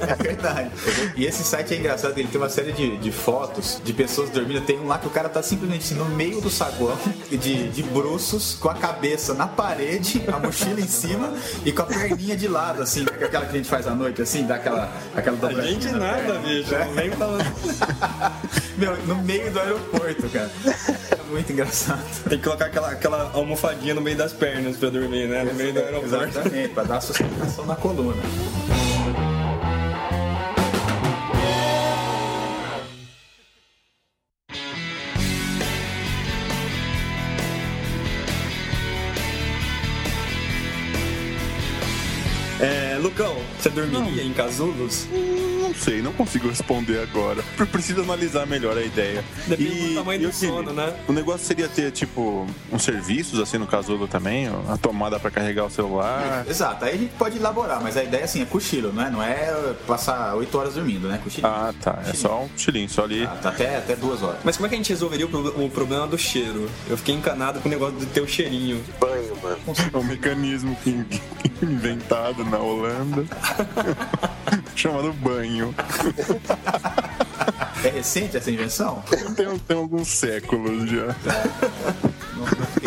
E: É verdade. E esse site é engraçado, ele tem uma série de, de fotos de pessoas dormindo. Tem um lá que o cara tá simplesmente no meio do saguão, de, de bruços, com a cabeça na parede, a mochila em cima e com a perninha de lado, assim, que é aquela que a gente faz à noite, assim, dá aquela, aquela dobradinha
A: Gente,
E: na
A: nada,
E: perna.
A: bicho. Não vem falando.
E: Meu, no meio do aeroporto, cara. É muito engraçado.
A: Tem que colocar aquela, aquela almofadinha no meio das pernas pra dormir, né? No meio do aeroporto.
E: Exatamente, pra dar sustentação na coluna.
A: É, Lucão, você dormiria em casulos?
D: não sei, não consigo responder agora. Pre- Preciso analisar melhor a ideia.
A: Depende do tamanho do
D: eu queria-
A: sono, né?
D: O negócio seria ter, tipo, uns serviços, assim, no casulo também, ó, a tomada pra carregar o celular.
E: Exato, aí a gente pode elaborar, mas a ideia assim é cochilo, não é? Não é passar 8 horas dormindo, né? Cochilo.
D: Ah, tá. É só um chilinho, só ali.
E: Tá, tá até, até duas horas.
A: Mas como é que a gente resolveria o, pro- o problema do cheiro? Eu fiquei encanado com o negócio de ter o cheirinho.
B: Banho, mano.
D: É um mecanismo que, que- inventado na Holanda. chamado banho.
E: É recente essa invenção?
D: Tem, tem alguns séculos já.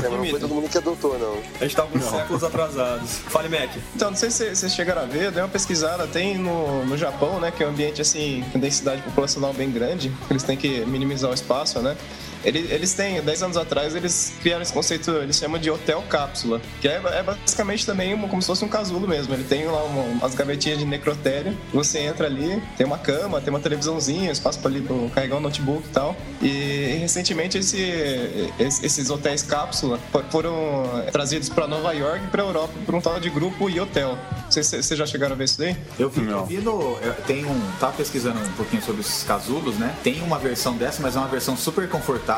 B: Não, não foi todo mundo que adotou, não.
A: A gente tá alguns séculos atrasados. Fale, Mac.
C: Então, não sei se vocês chegaram a ver, eu dei uma pesquisada, tem no, no Japão, né, que é um ambiente, assim, com densidade populacional bem grande, eles têm que minimizar o espaço, né? Ele- Eles têm, 10 anos atrás, eles criaram esse conceito, eles chamam de hotel cápsula, que é, é basicamente também uma- como se fosse um casulo mesmo. Ele tem lá uma- umas gavetinhas de necrotério, você entra ali, tem uma cama, tem uma televisãozinha, um espaço para ali pra carregar um notebook e tal. E recentemente esse- esse- esses hotéis cápsula fo- foram trazidos para Nova York e para Europa por um tal de grupo e hotel. Vocês vocês já chegaram a ver isso daí?
E: Eu vi, eu
D: Não.
E: vi no. eu- Tem um. Tava pesquisando um pouquinho sobre esses casulos, né? Tem uma versão dessa, mas é uma versão super confortável.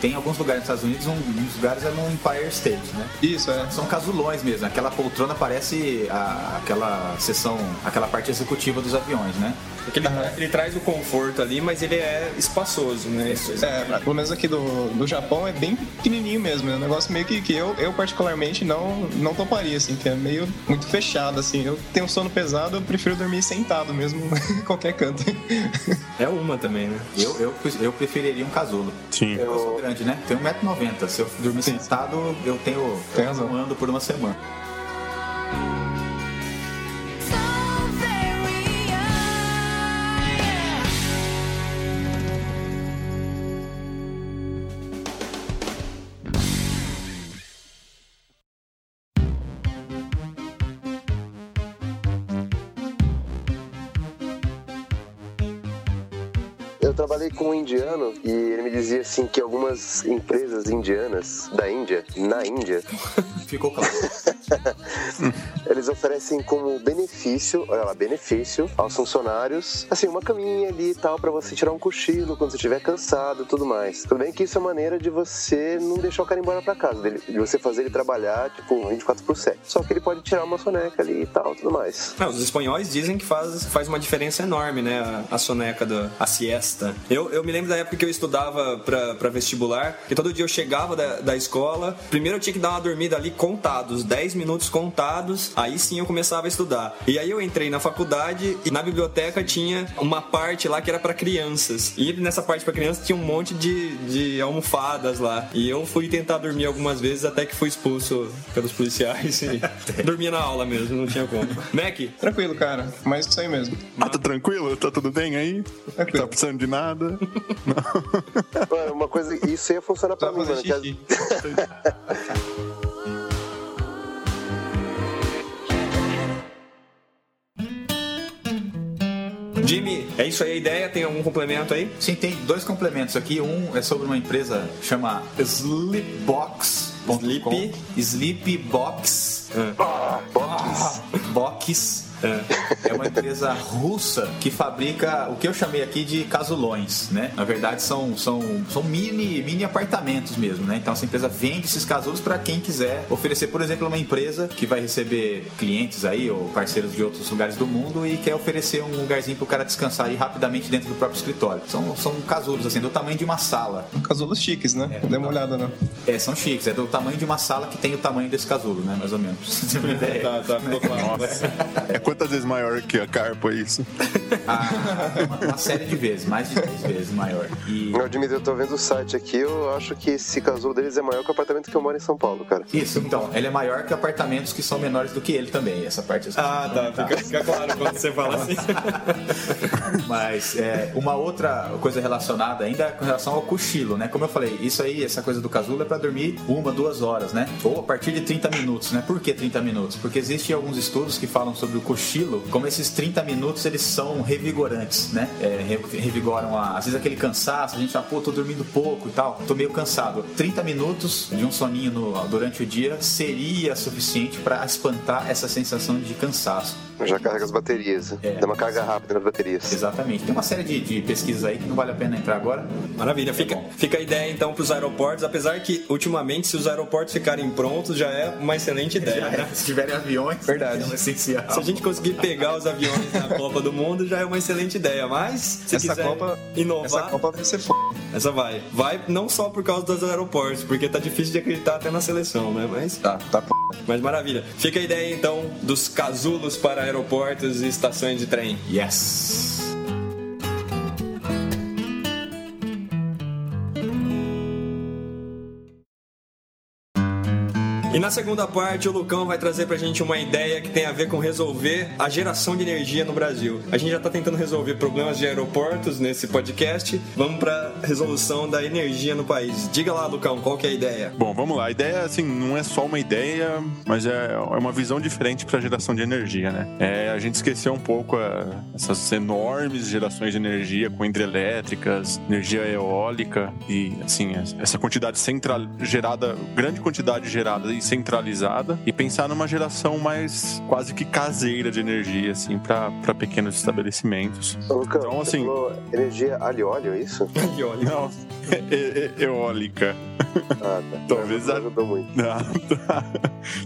E: Tem em alguns lugares nos Estados Unidos, um, um dos lugares é no Empire State, né?
C: Isso, é.
E: São casulões mesmo. Aquela poltrona parece a- aquela seção, aquela parte executiva dos aviões, né?
A: Porque ele, ele traz o conforto ali, mas ele é espaçoso, né?
C: É, pelo menos aqui do, do Japão é bem pequenininho mesmo. É um negócio meio que, que eu, eu particularmente não, não toparia, assim, que é meio muito fechado, assim. Eu tenho sono pesado, eu prefiro dormir sentado mesmo, em qualquer canto.
A: É uma também, né?
E: Eu, eu, eu preferiria um casulo.
D: Sim.
E: Eu sou grande, né? Tenho 1,90m. Se eu dormir
C: Sim.
E: sentado, eu tenho.
C: Tem razão.
E: eu ando por uma semana.
B: Eu eu trabalhei com um indiano e ele me dizia assim que algumas empresas indianas da Índia, na Índia,
E: Ficou claro.
B: eles oferecem como benefício, olha lá, benefício aos funcionários, assim, uma caminha ali e tal pra você tirar um cochilo quando você estiver cansado e tudo mais. Tudo bem que isso é maneira de você não deixar o cara ir embora pra casa, dele, de você fazer ele trabalhar, tipo, 24 por 7. Só que ele pode tirar uma soneca ali e tal, tudo mais.
A: Não, os espanhóis dizem que faz, faz uma diferença enorme, né? A, a soneca, da, a siesta. Eu, eu me lembro da época que eu estudava pra, pra vestibular, e todo dia eu chegava da, da escola, primeiro eu tinha que dar uma dormida ali contados, 10 minutos contados, aí sim eu começava a estudar. E aí eu entrei na faculdade e na biblioteca tinha uma parte lá que era pra crianças. E nessa parte pra crianças tinha um monte de, de almofadas lá. E eu fui tentar dormir algumas vezes até que fui expulso pelos policiais e dormia na aula mesmo, não tinha como. Mac,
C: Tranquilo, cara. Mas isso aí mesmo.
D: Ah, tá tranquilo? Tá tudo bem aí?
C: Tranquilo.
D: Tá precisando de nada?
B: Mano, uma coisa, isso ia funcionar pra
C: Só
B: mim,
C: fazer
B: mano. que as-
C: xixi.
A: Jimmy, é isso aí a ideia? Tem algum complemento aí?
E: Sim, tem dois complementos aqui. Um é sobre uma empresa chama Sleepbox.
A: Sleep?
E: Sleepbox. Box. Box. É. uma empresa russa que fabrica o que eu chamei aqui de casulões, né? Na verdade são, são, são mini, mini apartamentos mesmo, né? Então essa empresa vende esses casulos para quem quiser oferecer, por exemplo, uma empresa que vai receber clientes aí ou parceiros de outros lugares do mundo e quer oferecer um lugarzinho pro cara descansar aí rapidamente dentro do próprio escritório. São, são casulos assim, do tamanho de uma sala.
C: Casulos chiques, né? Dê
A: tá.
C: uma olhada, né?
E: É, são chiques, é do tamanho de uma sala que tem o tamanho desse casulo, né? Mais ou menos. Pra você ter uma ideia.
D: É quantas vezes maior que a carpa é isso?
E: uma, Ah, uma série de vezes, mais de 10 vezes maior. E
B: Eu admito, eu tô vendo o site aqui, eu acho que esse casulo deles é maior que o apartamento que eu moro em São Paulo, cara.
E: isso, então, ele é maior que apartamentos que são menores do que ele também. Essa parte eu esqueci de comentar.
A: fica claro quando você fala assim.
E: Mas é, uma outra coisa relacionada ainda é com relação ao cochilo, né? Como eu falei, isso aí, essa coisa do casulo é pra dormir uma, duas horas, né? Ou a partir de 30 minutos, né? Por que 30 minutos? Porque existem alguns estudos que falam sobre o cochilo, como esses 30 minutos eles são revigorantes, né? É, re- revigoram, a- às vezes, aquele cansaço, a gente fala, pô, tô dormindo pouco e tal, tô meio cansado. 30 minutos de um soninho no- durante o dia seria suficiente pra espantar essa sensação de cansaço.
B: Já carrega as baterias.
E: É.
B: Dá uma carga rápida nas baterias.
E: Exatamente. Tem uma série de, de pesquisas aí que não vale a pena entrar agora.
A: Maravilha, fica, fica a ideia então pros aeroportos, apesar que ultimamente se os aeroportos ficarem prontos já é uma excelente ideia, né?
E: Se tiverem aviões,
C: Verdade.
E: é um essencial.
A: Se a gente conseguir pegar os aviões na Copa do Mundo, já é uma excelente ideia. Mas se
C: Essa
A: quiser
C: Copa-
A: inovar,
C: Essa Copa vai ser foda.
A: essa vai. Vai não só por causa dos aeroportos, porque tá difícil de acreditar até na seleção, né? Mas
C: Tá, tá p...
A: Mas maravilha. Fica a ideia então dos casulos para aeroportos e estações de trem.
E: Yes.
A: E na segunda parte, o Lucão vai trazer pra gente uma ideia que tem a ver com resolver a geração de energia no Brasil. A gente já tá tentando resolver problemas de aeroportos nesse podcast. Vamos pra resolução da energia no país. Diga lá, Lucão, qual que é a ideia?
D: Bom, vamos lá. A ideia, assim, não é só uma ideia, mas é, é uma visão diferente para geração de energia, né? É, a gente esqueceu um pouco a- essas enormes gerações de energia com hidrelétricas, energia eólica e, assim, es- essa quantidade central gerada, grande quantidade gerada e centralizada e pensar numa geração mais quase que caseira de energia, assim, para pequenos estabelecimentos.
B: Ô, Lucão,
D: Então,
B: você
D: assim-
B: falou energia alho e óleo, é isso?
A: E olha,
D: Não, e- e- eólica.
B: Ah, tá.
D: Talvez
B: Não,
D: a-
B: não ajudou muito.
D: Não, tá.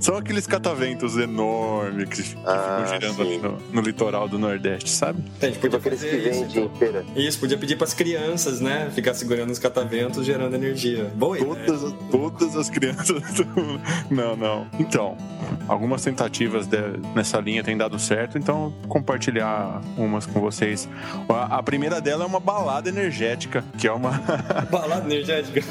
D: São aqueles cataventos enormes que, que
B: Ah,
D: ficam girando
B: sim.
D: ali no, no litoral do Nordeste, sabe?
A: a gente
B: Tipo
A: podia
B: aqueles que
A: fazer isso.
B: vendem
D: então.
B: em feira.
A: Isso, podia pedir pras crianças, né? Ficar segurando os cataventos, gerando energia. Boa ideia.
D: Todas, todas as crianças. do- Não, não. Então, algumas tentativas de- nessa linha têm dado certo, então vou compartilhar umas com vocês. A, a primeira dela é uma balada energética, que é uma.
A: Balada energética.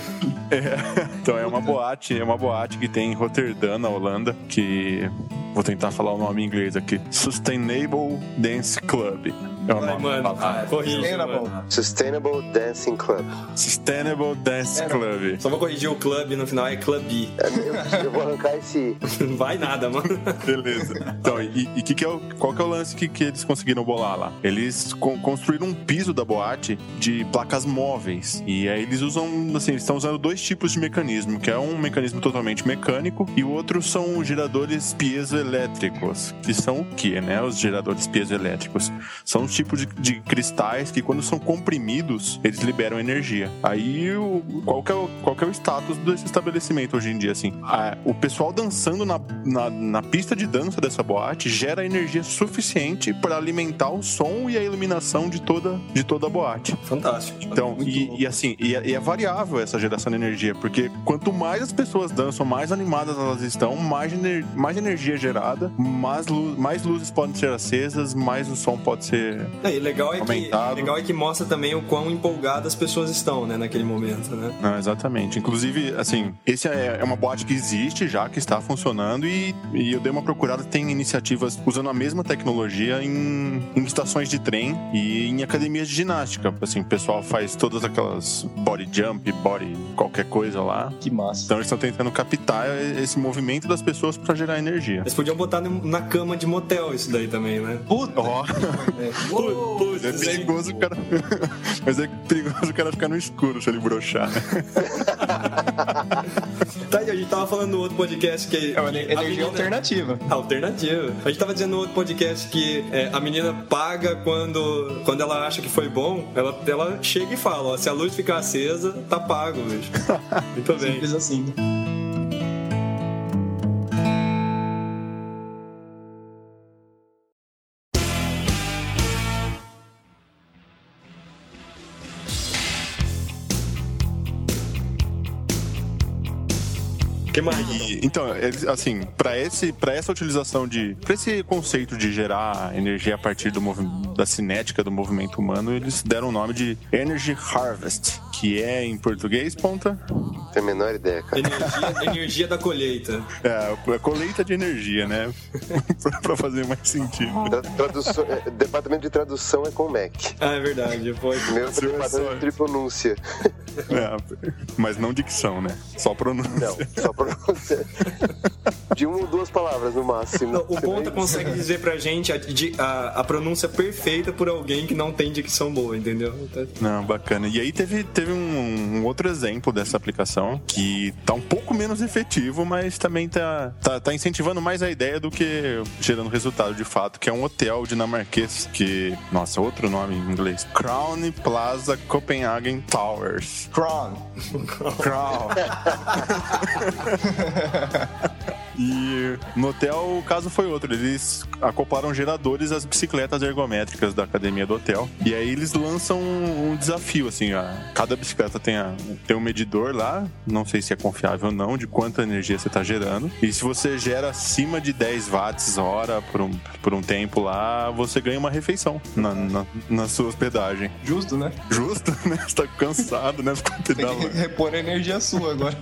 D: Então é uma boate, é uma boate que tem em Roterdã, na Holanda, que vou tentar falar o nome em inglês aqui. Sustainable Dance Club. É o
A: Ai,
D: nome.
A: mano. ah, Corrige.
C: Era
A: mano.
C: bom.
B: Sustainable Dancing Club.
D: Sustainable Dance Club.
A: Só vou corrigir o club no final, é club.
B: Eu vou arrancar esse.
A: Não vai nada, mano.
D: Beleza. Então, e, e que que é o, qual que é o lance que, que eles conseguiram bolar lá? Eles con- construíram um piso da boate de placas móveis. E aí eles usam, assim, eles estão usando dois tipos de mecanismo, que é um mecanismo totalmente mecânico e o outro são geradores piezoelétricos, que são o quê, né? Os geradores piezoelétricos são os tipos de, de cristais que quando são comprimidos, eles liberam energia. Aí, o, qual, que é o, qual que é o status desse estabelecimento hoje em dia, assim? Ah, o pessoal dançando na, na, na pista de dança dessa boate gera energia suficiente para alimentar o som e a iluminação de toda, de toda a boate.
A: Fantástico.
D: Então,
A: Muito louco.
D: e, e assim, e é, e é variável essa geração de energia, porque quanto mais as pessoas dançam, mais animadas elas estão, mais, ener- mais energia é gerada, mais, lu- mais luzes podem ser acesas, mais o som pode ser
A: É, E legal é, que,
D: Aumentado.
A: legal é que mostra também o quão empolgadas as pessoas estão, né, naquele momento, né?
D: Não, exatamente. Inclusive, assim, esse é é uma boate que existe já, que está funcionando e, e eu dei uma procurada, tem iniciativas usando a mesma tecnologia em, em estações de trem e em academias de ginástica. Assim, o pessoal faz todas aquelas body jump, body qualquer coisa lá.
C: Que massa.
D: Então eles estão tentando captar esse movimento das pessoas para gerar energia.
A: Eles podiam botar no- na cama de motel isso daí também, né?
D: Puta! é perigoso o cara. Mas é perigoso o cara ficar no escuro se ele né? brochar.
A: Tá, e a gente tava falando no outro podcast que.
C: É uma ener-
A: a
C: energia
A: menina-
C: alternativa.
A: Alternativa. A gente tava dizendo no outro podcast que é, a menina paga quando, quando ela acha que foi bom, ela, ela chega e fala, ó, se a luz ficar acesa, tá pago, bicho. Muito bem.
C: Simples assim.
A: que mais?
D: E, então, eles, assim, para esse, para essa utilização de, para esse conceito de gerar energia a partir do movi- da cinética do movimento humano, eles deram o nome de Energy Harvest, que é em português ponta
B: Tem a menor ideia, cara.
A: Energia, energia da colheita.
D: é, a colheita de energia, né? para fazer mais sentido.
B: Tra- tradução- é, departamento de tradução é com Mac.
A: Ah, é verdade. Foi.
B: Meu
D: Sim,
B: departamento
D: só-
B: de pronúncia.
D: É, mas não dicção, né? Só pronúncia.
B: Não, só pronúncia. De uma ou duas palavras no máximo.
A: Não, O
D: é tá
A: Ponta consegue dizer pra gente a, di- a- a pronúncia perfeita por alguém que não tem dicção boa, entendeu? Então,
D: Não, bacana. E aí teve, teve um, um outro exemplo dessa aplicação que tá um pouco menos efetivo, mas também tá, tá, tá incentivando mais a ideia do que gerando resultado de fato, que é um hotel dinamarquês que... Nossa, outro nome em inglês. Crown Plaza Copenhagen Towers.
C: Crown.
D: Crown. E no hotel o caso foi outro. Eles acoplaram geradores às bicicletas ergométricas da academia do hotel. E aí eles lançam um desafio, assim, ó. Cada bicicleta tem, a- tem um medidor lá, não sei se é confiável ou não, de quanta energia você está gerando. E se você gera acima de 10 watts hora por um, por um tempo lá, você ganha uma refeição na, na, na sua hospedagem.
C: Justo, né?
D: Justo, né? Você tá cansado, né? Ficou
C: Tem
A: Tá
C: que
D: pedalando.
C: repor a energia sua agora.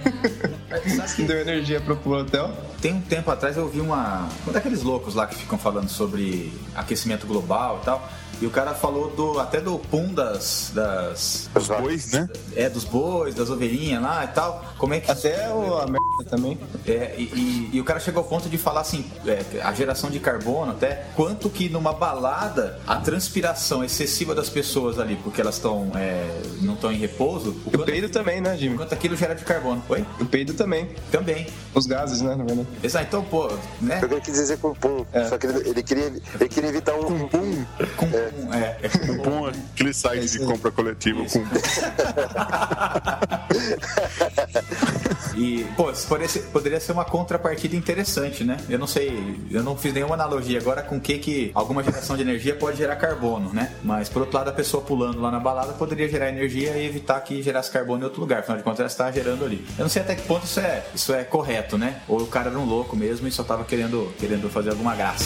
C: Sabe que deu energia pro pro hotel?
E: Tem um tempo atrás eu vi uma. Um daqueles loucos lá que ficam falando sobre aquecimento global e tal. E o cara falou do até do pum das. das
D: Os bois, né?
E: é, dos bois, das ovelhinhas lá e tal. Como é que.
C: Até o, a merda também.
E: É, e, e- e o cara chegou ao ponto de falar assim, é, a geração de carbono até, quanto que numa balada a transpiração excessiva das pessoas ali, porque elas estão é, não estão em repouso, o
C: O
E: quanto,
C: peido também, né, Jimmy?
E: quanto aquilo gera de carbono. Oi?
C: O peido também.
E: Também.
C: Os gases, né, na verdade.
A: Hum.
E: Exato, então, pô, né?
B: Eu queria dizer com pum,
C: É.
B: só que ele, ele queria, ele queria evitar um pum.
E: Com, com- é,
D: Bom, aquele site de compra coletiva com
E: E, pô, isso poderia ser, poderia ser uma contrapartida interessante, né? Eu não sei, eu não fiz nenhuma analogia agora com o que, que alguma geração de energia pode gerar carbono, né? Mas, por outro lado, a pessoa pulando lá na balada poderia gerar energia e evitar que gerasse carbono em outro lugar. Afinal de contas, ela está gerando ali. Eu não sei até que ponto isso é, isso é correto, né? Ou o cara era um louco mesmo e só tava querendo, querendo fazer alguma graça.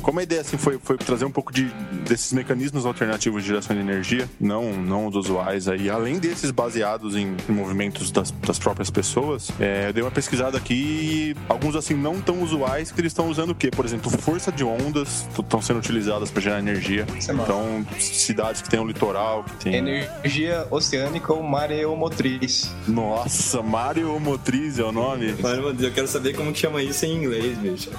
D: Como a ideia assim, foi, foi trazer um pouco de, desses mecanismos alternativos de geração de energia, não, não os usuais aí, além desses baseados em, em movimentos das, das próprias pessoas, é, eu dei uma pesquisada aqui e alguns assim não tão usuais que eles estão usando o quê? Por exemplo, força de ondas estão sendo utilizadas para gerar energia.
C: Isso é massa.
D: Então, cidades que tem um litoral, que tem.
C: Energia oceânica ou mareomotriz.
D: Nossa, Mariomotriz é o nome?
A: Mas, meu Deus, eu quero saber como que chama isso em inglês, bicho.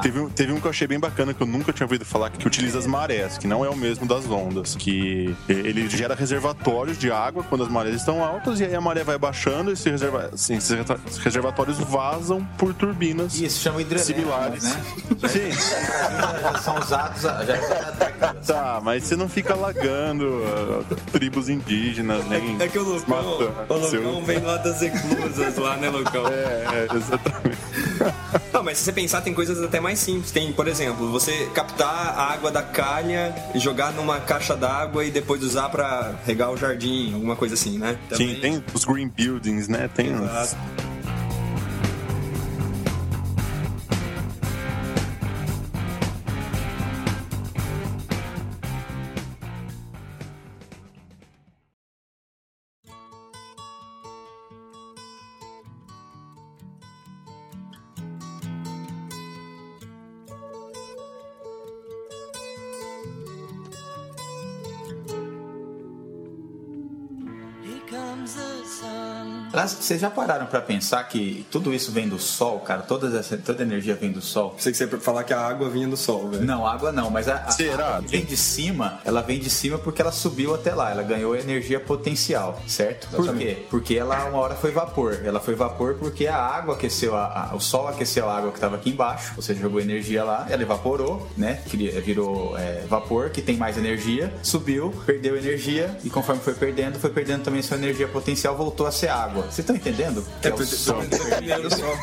D: Teve, um- teve um que eu achei bem bacana que eu nunca tinha ouvido falar, que utiliza as marés, que não é o mesmo das ondas, que ele gera reservatórios de água quando as marés estão altas e aí a maré vai baixando e esse reserva- assim, esses retra- esses reservatórios vazam por turbinas.
E: Isso chama
A: é
E: hidrelétrica,
D: Similares.
E: né?
D: Sim,
E: Já são usados há- já há décadas.
D: tá, mas você não fica alagando ah, tribos indígenas, nem.
A: É que o Lucão,
D: matando
A: o Lucão
D: seu-
A: vem lá das reclusas lá, né, Lucão?
D: É, é, exatamente.
A: Não, mas se você pensar, tem coisas até mais simples. Tem, por exemplo, você captar a água da calha, jogar numa caixa d'água e depois usar pra regar o jardim, alguma coisa assim, né?
D: Sim, tem os green buildings, né? Tem uns-
A: Exato.
F: Here comes the sun.
E: Aliás, vocês já pararam pra pensar que tudo isso vem do sol, cara? Toda, essa, toda energia vem do sol?
A: Pensei que você ia falar que a água vinha do sol, velho.
E: Não, água não, mas a, a
D: Será?
E: água que vem de cima, ela vem de cima porque ela subiu até lá, ela ganhou energia potencial, certo? Por quê? Porque ela uma hora foi vapor. Ela foi vapor porque a água aqueceu, a, a- o sol aqueceu a água que estava aqui embaixo, você jogou energia lá, ela evaporou, né? Cria- Virou é, vapor, que tem mais energia, subiu, perdeu energia e conforme foi perdendo, foi perdendo também sua energia potencial, voltou a ser água. Vocês estão entendendo?
A: É,
E: o
A: por-
E: sol.
A: primeiro sol.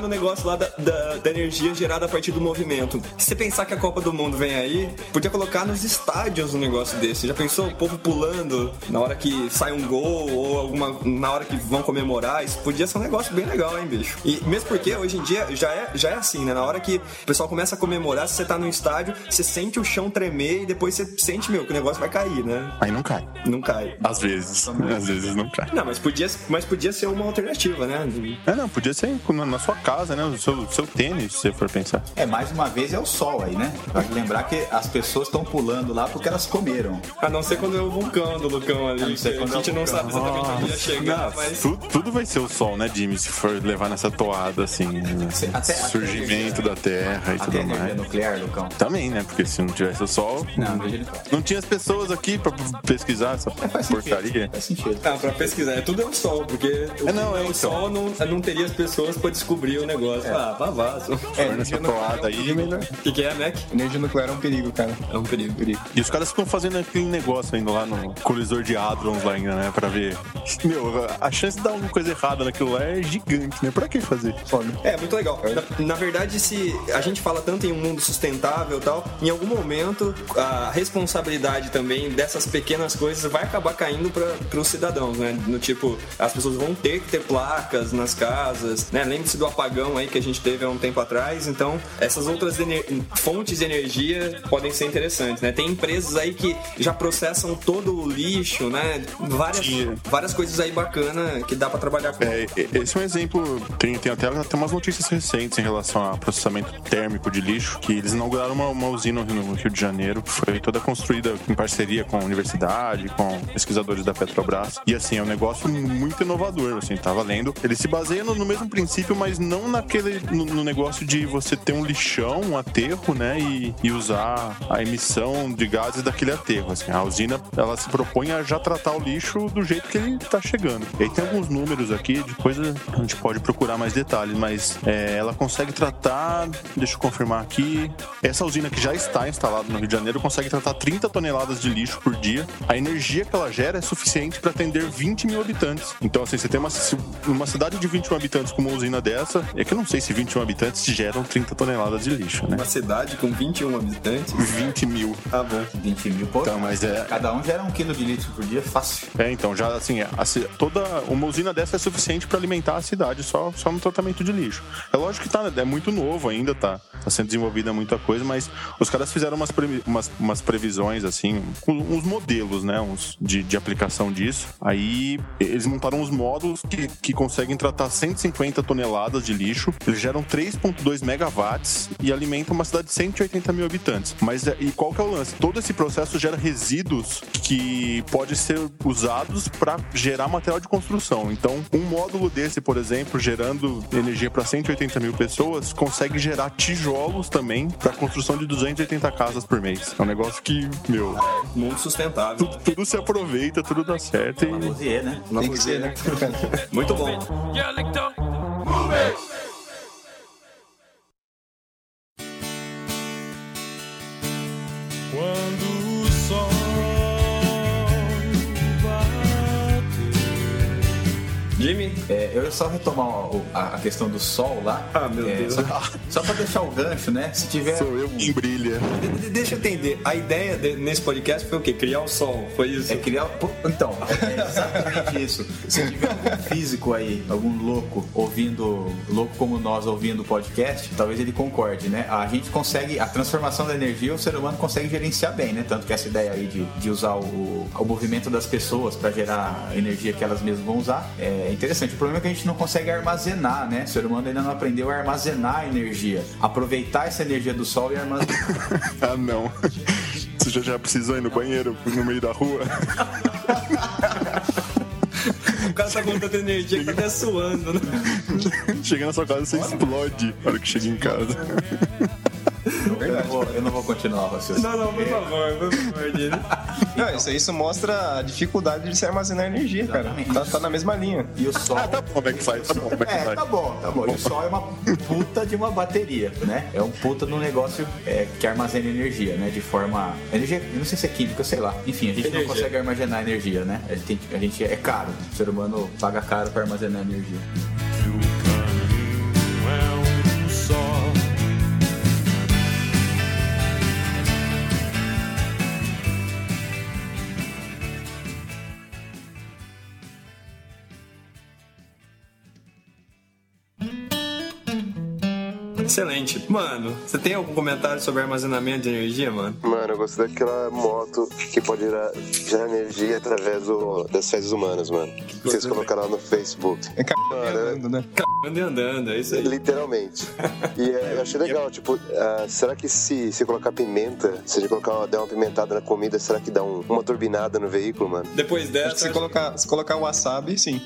A: no negócio lá da, da- da energia gerada a partir do movimento. Se você pensar que a Copa do Mundo vem aí, podia colocar nos estádios um negócio desse. Já pensou o povo pulando na hora que sai um gol ou alguma na hora que vão comemorar? Isso podia ser um negócio bem legal, hein, bicho? E mesmo porque hoje em dia já é, já é assim, né? Na hora que o pessoal começa a comemorar, se você tá no estádio, você sente o chão tremer e depois você sente, meu, que o negócio vai cair, né?
D: Aí não cai.
A: Não cai.
D: Às vezes. Às vezes não cai.
A: Não, mas podia, mas podia ser uma alternativa, né?
D: É, não, podia ser na na sua sua casa, né? O seu, seu tênis, se você for pensar.
E: É, mais uma vez é o sol aí, né? Pra lembrar que as pessoas estão pulando lá porque elas comeram.
A: A não ser quando é o vulcão do Lucão ali.
E: A não ser
A: que
E: quando
A: a
E: é o
A: gente não
E: vulcão.
A: sabe exatamente onde ia chegar,
D: Não,
A: mas.
D: tu- tudo vai ser o sol, né, Jimmy? Se for levar nessa toada, assim, né?
E: até-
D: surgimento da Terra e
E: Até
D: tudo
E: energia
D: mais.
E: nuclear, Lucão.
D: Também, né? Porque se não tivesse o sol,
E: Não, veja ele faz.
D: não tinha as pessoas aqui pra pesquisar essa
E: tá. É, Faz sentido. É,
D: porcaria.
E: Faz sentido.
A: Ah, pra pesquisar. Tudo é o sol, porque o-
D: É, não, é
A: o
D: então.
A: sol não, não teria as pessoas pra descobrir o negócio. Ah, vavazo.
D: É, nessa toada aí.
A: O que, que é, Mac?
C: Energia nuclear é um perigo, cara.
A: É um perigo.
D: E os caras ficam fazendo aquele negócio ainda lá no colisor de Hadrons lá ainda, né? Pra ver. Meu, a chance de dar alguma coisa errada naquilo lá é gigante, né? Pra que fazer?
A: É, muito legal. Na, na verdade, se a gente fala tanto em um mundo sustentável e tal, em algum momento a responsabilidade também dessas pequenas coisas vai acabar caindo para os cidadãos, né? No tipo, as pessoas vão ter que ter placas nas casas, né? Lembre-se do apagão aí que a gente teve há um tempo atrás, então essas outras ener- fontes de energia podem ser interessantes, né? Tem empresas aí que já processam todo o lixo, né? Várias,
D: Sim.
A: várias coisas aí bacana que dá para trabalhar com.
D: É, e- esse é um exemplo. Tem, tem até tem umas notícias recentes em relação a processamento térmico de lixo, que eles inauguraram uma, uma usina no Rio de Janeiro, que foi toda construída em parceria com a universidade, com pesquisadores da Petrobras. E assim, é um negócio muito inovador, assim, tá valendo. Ele se baseia no, no mesmo princípio, mas não naquele. No, no negócio de você ter um lixão, um aterro, né? E, e usar a emissão de gases daquele aterro. assim. a usina ela se propõe a já tratar o lixo do jeito que ele está chegando. E aí tem alguns números aqui, depois a gente pode procurar mais detalhes, mas é, ela consegue tratar, deixa eu confirmar aqui, essa usina que já está instalada no Rio de Janeiro consegue tratar 30 toneladas de lixo por dia. A energia que ela gera é suficiente para atender 20 mil habitantes. Então, assim, você tem uma, ci- uma cidade de 21 habitantes com uma usina dessa, é que eu não sei se 21 habitantes geram 30 toneladas de lixo, né?
A: Uma cidade com 21 habitantes.
D: 20 mil.
A: Tá bom.
E: 20 um mil, pô.
D: Então, mas é,
E: Cada um gera um quilo de litro por dia, fácil.
D: É, então, já assim, a ci- toda uma usina dessa é suficiente para alimentar a cidade só, só no tratamento de lixo. É lógico que tá, é muito novo ainda, tá, tá sendo desenvolvida muita coisa, mas os caras fizeram umas, previ- umas, umas previsões, assim, com uns modelos, né, uns de, de aplicação disso. Aí eles montaram uns módulos que, que conseguem tratar 150 toneladas de lixo, eles geram 3,2 megawatts e alimentam uma cidade de 180 mil habitantes. Mas é, e qual que é o lance? Todo esse processo gera resíduos que podem ser usados para gerar material de construção. Então, um módulo desse, por exemplo, gerando energia para 180 mil pessoas, consegue gerar tijolos também para construção de 280 casas por mês. É um negócio que, meu,
A: Mundo sustentável.
D: tu- tudo se aproveita, tudo dá certo. E...
E: Rosier, né?
C: Tem que ser, né?
A: Muito bom.
F: Yeah, like the
G: Quando o sol bater.
A: Jimmy,
E: É, eu ia só retomar o- a, a questão do sol lá.
A: Ah, meu
E: É,
A: Deus.
E: Só, só pra deixar o gancho, né? Se tiver.
D: Sou eu quem brilha.
A: de- de- deixa eu entender. A ideia de- nesse podcast foi o quê? Criar o sol. Foi isso?
E: É criar. Pô, Então, é exatamente isso. Se tiver algum físico aí, algum louco ouvindo, louco como nós ouvindo o podcast, talvez ele concorde, né? A gente consegue, a transformação da energia, o ser humano consegue gerenciar bem, né? Tanto que essa ideia aí de, de usar o, o movimento das pessoas para gerar a energia que elas mesmas vão usar é interessante. O problema é que a gente não consegue armazenar, né? O ser humano ainda não aprendeu a armazenar a energia, aproveitar essa energia do sol e armazenar.
D: Ah, não. Você já, já precisou ir no banheiro no meio da rua?
A: O cara tá com tanta energia que tá até suando, né?
D: Chega na sua casa, você explode na hora que chega em casa. É
E: eu, não vou, eu não vou continuar, vocês.
A: Não, não, por favor, por favor, Jimmy.
C: Não, isso, isso mostra a dificuldade de se armazenar energia, cara. Tá, tá na mesma linha.
E: E o sol.
D: Ah, tá bom, como é que faz? Tá bom, como é que
E: É,
D: faz?
E: tá bom, tá bom. E O sol é uma puta de uma bateria, né? É um puta de um negócio é, que armazena energia, né? De forma. Energia, eu não sei se é química, sei lá. Enfim, a gente
A: Energia.
E: não consegue armazenar energia, né? A gente, tem- a gente é caro. O ser humano paga caro pra armazenar energia.
G: Que o caminho é um só.
A: Excelente. Mano, você tem algum comentário sobre armazenamento de energia, mano?
B: Mano, eu gostei daquela moto que pode gerar, gerar energia através do- das fezes humanas, mano. Vocês colocaram lá no Facebook.
C: É caminhando, andando, né?
A: Andando e andando, é isso aí.
B: Literalmente. E é, eu achei legal, tipo, ah, será que se, se colocar pimenta, se a gente colocar uma, der uma pimentada na comida, será que dá um- uma turbinada no veículo, mano?
A: Depois
C: Acho que
A: dessa.
C: se colocar, se colocar wasabi, sim.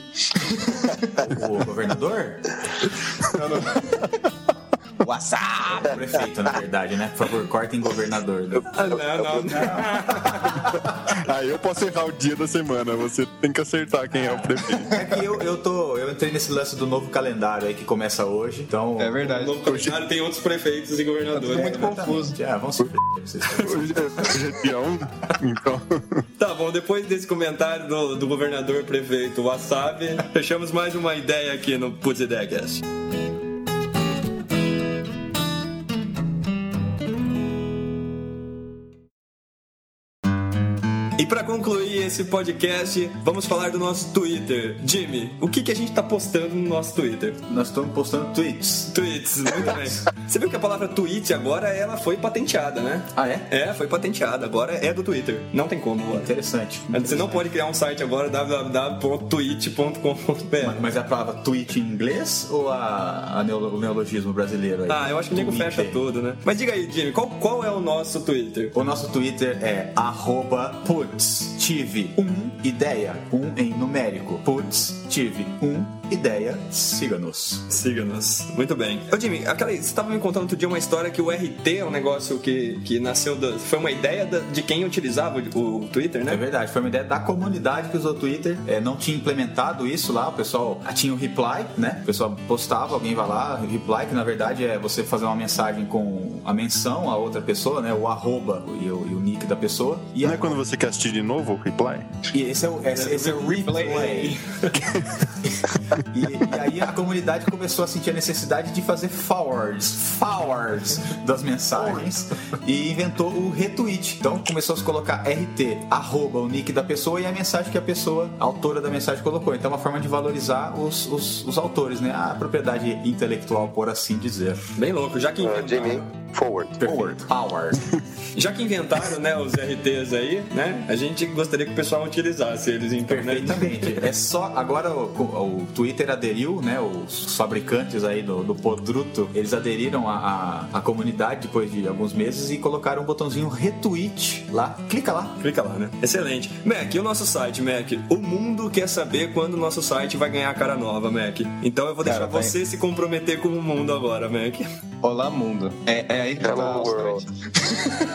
E: O governador? WhatsApp! Prefeito, na verdade, né? Por favor, cortem governador. Né?
A: Ah, não, não, não.
D: Aí eu posso errar o dia da semana, você tem que acertar quem é o prefeito.
E: É que eu, eu tô. Eu entrei nesse lance do novo calendário aí que começa hoje. Então.
C: É
A: O
C: verdade.
A: novo comissário tem outros prefeitos e governadores.
C: muito confuso.
E: Ah, vamos se f... vocês.
D: Hoje é, hoje é dia 1, então.
A: Tá bom, depois desse comentário do, do governador prefeito Wasabi, fechamos mais uma ideia aqui no Putz Ideias. E pra concluir esse podcast, vamos falar do nosso Twitter. Jimmy, o que, que a gente tá postando no nosso Twitter?
E: Nós estamos postando tweets.
A: Tweets, muito bem. Você viu que a palavra tweet agora ela foi patenteada, né?
E: Ah, é?
A: É, foi patenteada, agora é do Twitter. Não tem como agora.
E: Interessante.
A: Você não pode criar um site agora www.twitch.com.br.
E: Mas é a palavra tweet em inglês ou a, a neo- o neologismo brasileiro aí?
A: Ah, eu acho que o nego
E: Twitter.
A: fecha tudo, né? Mas diga aí, Jimmy, qual, qual é o nosso Twitter?
E: O nosso Twitter é arroba putz, tive um ideia, um em numérico. Putz, tive um ideia, siga-nos.
A: Siga-nos. Muito bem. Ô, Jimmy, aquela, você estava me contando outro dia uma história que o RT é um negócio que, que nasceu da. Foi uma ideia da- de quem utilizava o, o Twitter,
E: É
A: né?
E: verdade, foi uma ideia da comunidade que usou o Twitter. É, não tinha implementado isso lá, o pessoal ah, tinha o reply, né? O pessoal postava, alguém vai lá, reply, que na verdade é você fazer uma mensagem com a menção a outra pessoa, né? O arroba e o, e o nick da pessoa. E,
D: Não é quando você quer assistir de novo o reply?
E: e esse é o, esse- esse é o replay. E, e aí a comunidade começou a sentir a necessidade de fazer forwards, forwards das mensagens e inventou o retweet. Então começou a se colocar RT, arroba, o nick da pessoa e a mensagem que a pessoa, a autora da mensagem colocou. Então é uma forma de valorizar os, os, os autores, né? A propriedade intelectual, por assim dizer.
A: Bem louco. Já que
B: Ah, Jimmy,
A: inventaram,
B: forward.
E: Forward. Forward.
A: já que inventaram né, os RTs aí, né? A gente gostaria que o pessoal utilizasse eles então, né?
E: Perfeitamente. É só. Agora o, o Twitter aderiu, né? Os fabricantes aí do, do Podruto, eles aderiram à, à, à comunidade depois de alguns meses e colocaram um botãozinho retweet lá. Clica lá.
A: Clica lá, né? Excelente. Mac, e o nosso site, Mac? O mundo quer saber quando o nosso site vai ganhar cara nova, Mac. Então eu vou deixar
C: Cara, vai.
A: você se comprometer com o mundo agora, Mac.
C: Olá, mundo. É, é aí que tá
B: Hello
C: o
B: world.
C: site.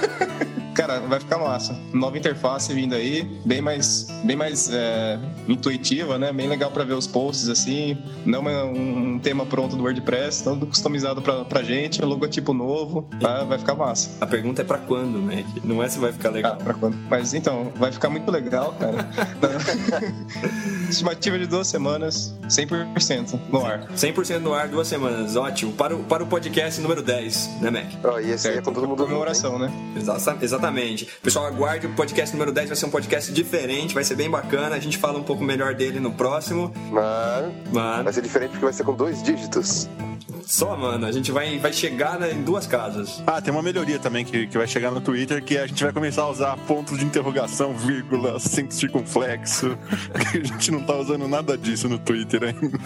C: Cara, vai ficar massa. Nova interface vindo aí, bem mais, bem mais é, intuitiva, né? Bem legal pra ver os posts, assim. Não é um, um tema pronto do WordPress, todo customizado pra, pra gente, um logotipo novo. Tá? Vai ficar massa.
A: A pergunta é pra quando, Mac? Não é se vai ficar
C: Ah,
A: legal.
C: pra quando? Mas então, vai ficar muito legal, cara. Estimativa de duas semanas, 100% no ar.
A: 100% no ar, duas semanas. Ótimo. Para o, para o podcast número 10, né, Mac?
B: Ó, e esse aí é com todo mundo.
C: Comemoração, né?
A: Exa- Exatamente. Pessoal, aguarde o podcast número 10. Vai ser um podcast diferente, vai ser bem bacana. A gente fala um pouco melhor dele no próximo.
B: Mas
A: Mas
B: vai ser diferente porque vai ser com dois dígitos.
A: só, mano, a gente vai, vai chegar né, em duas casas.
D: Ah, tem uma melhoria também que, que vai chegar no Twitter, que a gente vai começar a usar pontos de interrogação, vírgula, acento circunflexo. que a gente não tá usando nada disso no Twitter ainda.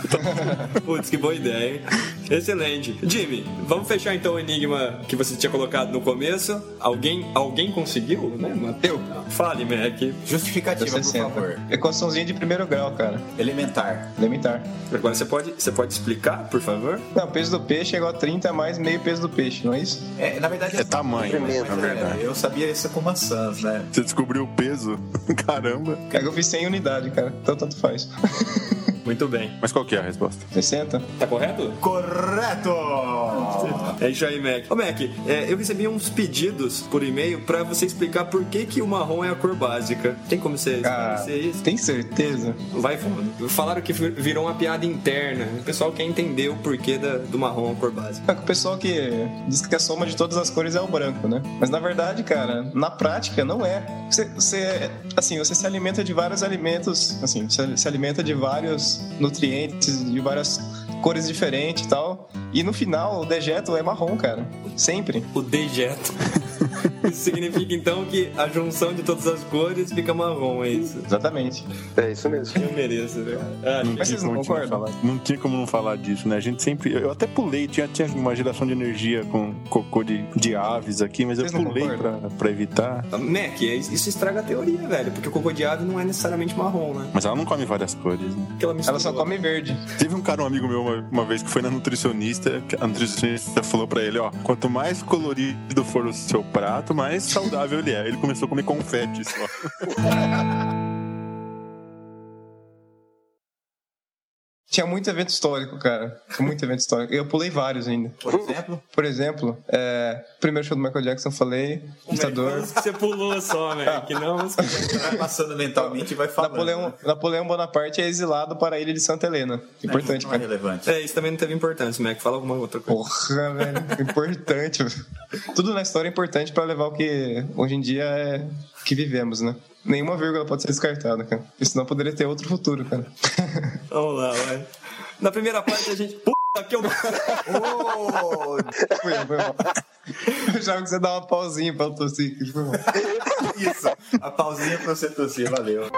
A: Putz, que boa ideia, hein? Excelente. Jimmy, vamos fechar então o enigma que você tinha colocado no começo. Alguém, alguém conseguiu, né? mano?
C: Eu.
A: Fale, Mac.
E: Justificativa, por
C: 60.
E: favor.
C: Equaçãozinha de primeiro grau, cara.
E: Elementar.
C: Elementar.
A: Agora você pode, você pode explicar, por favor?
C: Não, o peso do peixe é igual a 30 mais meio peso do peixe, não é isso?
E: É, na verdade,
D: É tamanho,
E: mas
D: na verdade.
E: Eu sabia isso com maçãs, né?
D: Você descobriu o peso? Caramba.
C: É que eu fiz 100 unidade, cara. Então tanto faz.
A: Muito bem.
D: Mas qual que é a resposta?
C: 60?
A: Tá correto?
E: Correto!
A: É isso aí, Mac. Ô, Mac, é, eu recebi uns pedidos por e-mail pra você explicar por que, que o marrom é a cor básica. Tem como você
C: Cara,
A: esclarecer isso?
C: tem certeza?
A: Vai fundo. Falaram que vir- virou uma piada interna. O pessoal quer entender o porquê da- do marrom a cor básica.
C: É que o pessoal que diz que a soma de todas as cores é o branco, né? Mas na verdade, cara, na prática não é. Você, você- assim, você se alimenta de vários alimentos, assim, você se alimenta de vários nutrientes, de várias cores diferentes e tal. E E no final, o dejeto é marrom, cara. Sempre.
A: O dejeto. Isso significa então que a junção de todas as cores fica marrom, é isso.
C: Exatamente.
B: É isso mesmo.
A: Eu mereço, velho. Ah,
C: Mas vocês não
D: Não tinha,
C: concordam?
D: falado- não tinha como não falar disso, né? A gente sempre. Eu até pulei, tinha, tinha uma geração de energia com cocô de, de aves aqui, mas eu
C: Vocês não
D: pulei pra,
C: concordam?
D: pra evitar.
A: Mac, é- isso estraga a teoria, velho. Porque o cocô de ave não é necessariamente marrom, né?
D: Mas ela não come várias cores, né?
A: Porque ela mistura.
C: Ela só come verde.
D: Teve um cara, um amigo meu, uma, uma vez que foi na nutricionista, que a nutricionista falou pra ele, ó, quanto mais colorido for o seu prato, mais saudável ele é. Ele começou a comer confete só.
C: Tinha muito evento histórico, cara. Muito evento histórico. Eu pulei vários ainda.
E: Por exemplo,
C: Por exemplo, é, primeiro show do Michael Jackson, eu falei, ditador.
A: Os né? é que você pulou só, Mac. Não, os que você
E: você vai passando mentalmente e vai falando.
C: Napoleão,
E: né?
C: Napoleão Bonaparte é exilado para a ilha de Santa Helena. Importante,
E: Não é
C: cara.
E: relevante.
A: É, isso também não teve importância, Mac. Fala alguma outra coisa.
C: Porra, velho. Importante. velho. Tudo na história é importante para levar o que hoje em dia é que vivemos, né? Nenhuma vírgula pode ser descartada, cara. Porque Senão poderia ter outro futuro, cara.
A: Vamos lá, vai. Na primeira parte a gente. Puta que eu.
C: Foi, foi mal. Eu achava que você dá uma pausinha pra eu tossir. Foi mal.
E: Isso. A pausinha pra você tossir, valeu.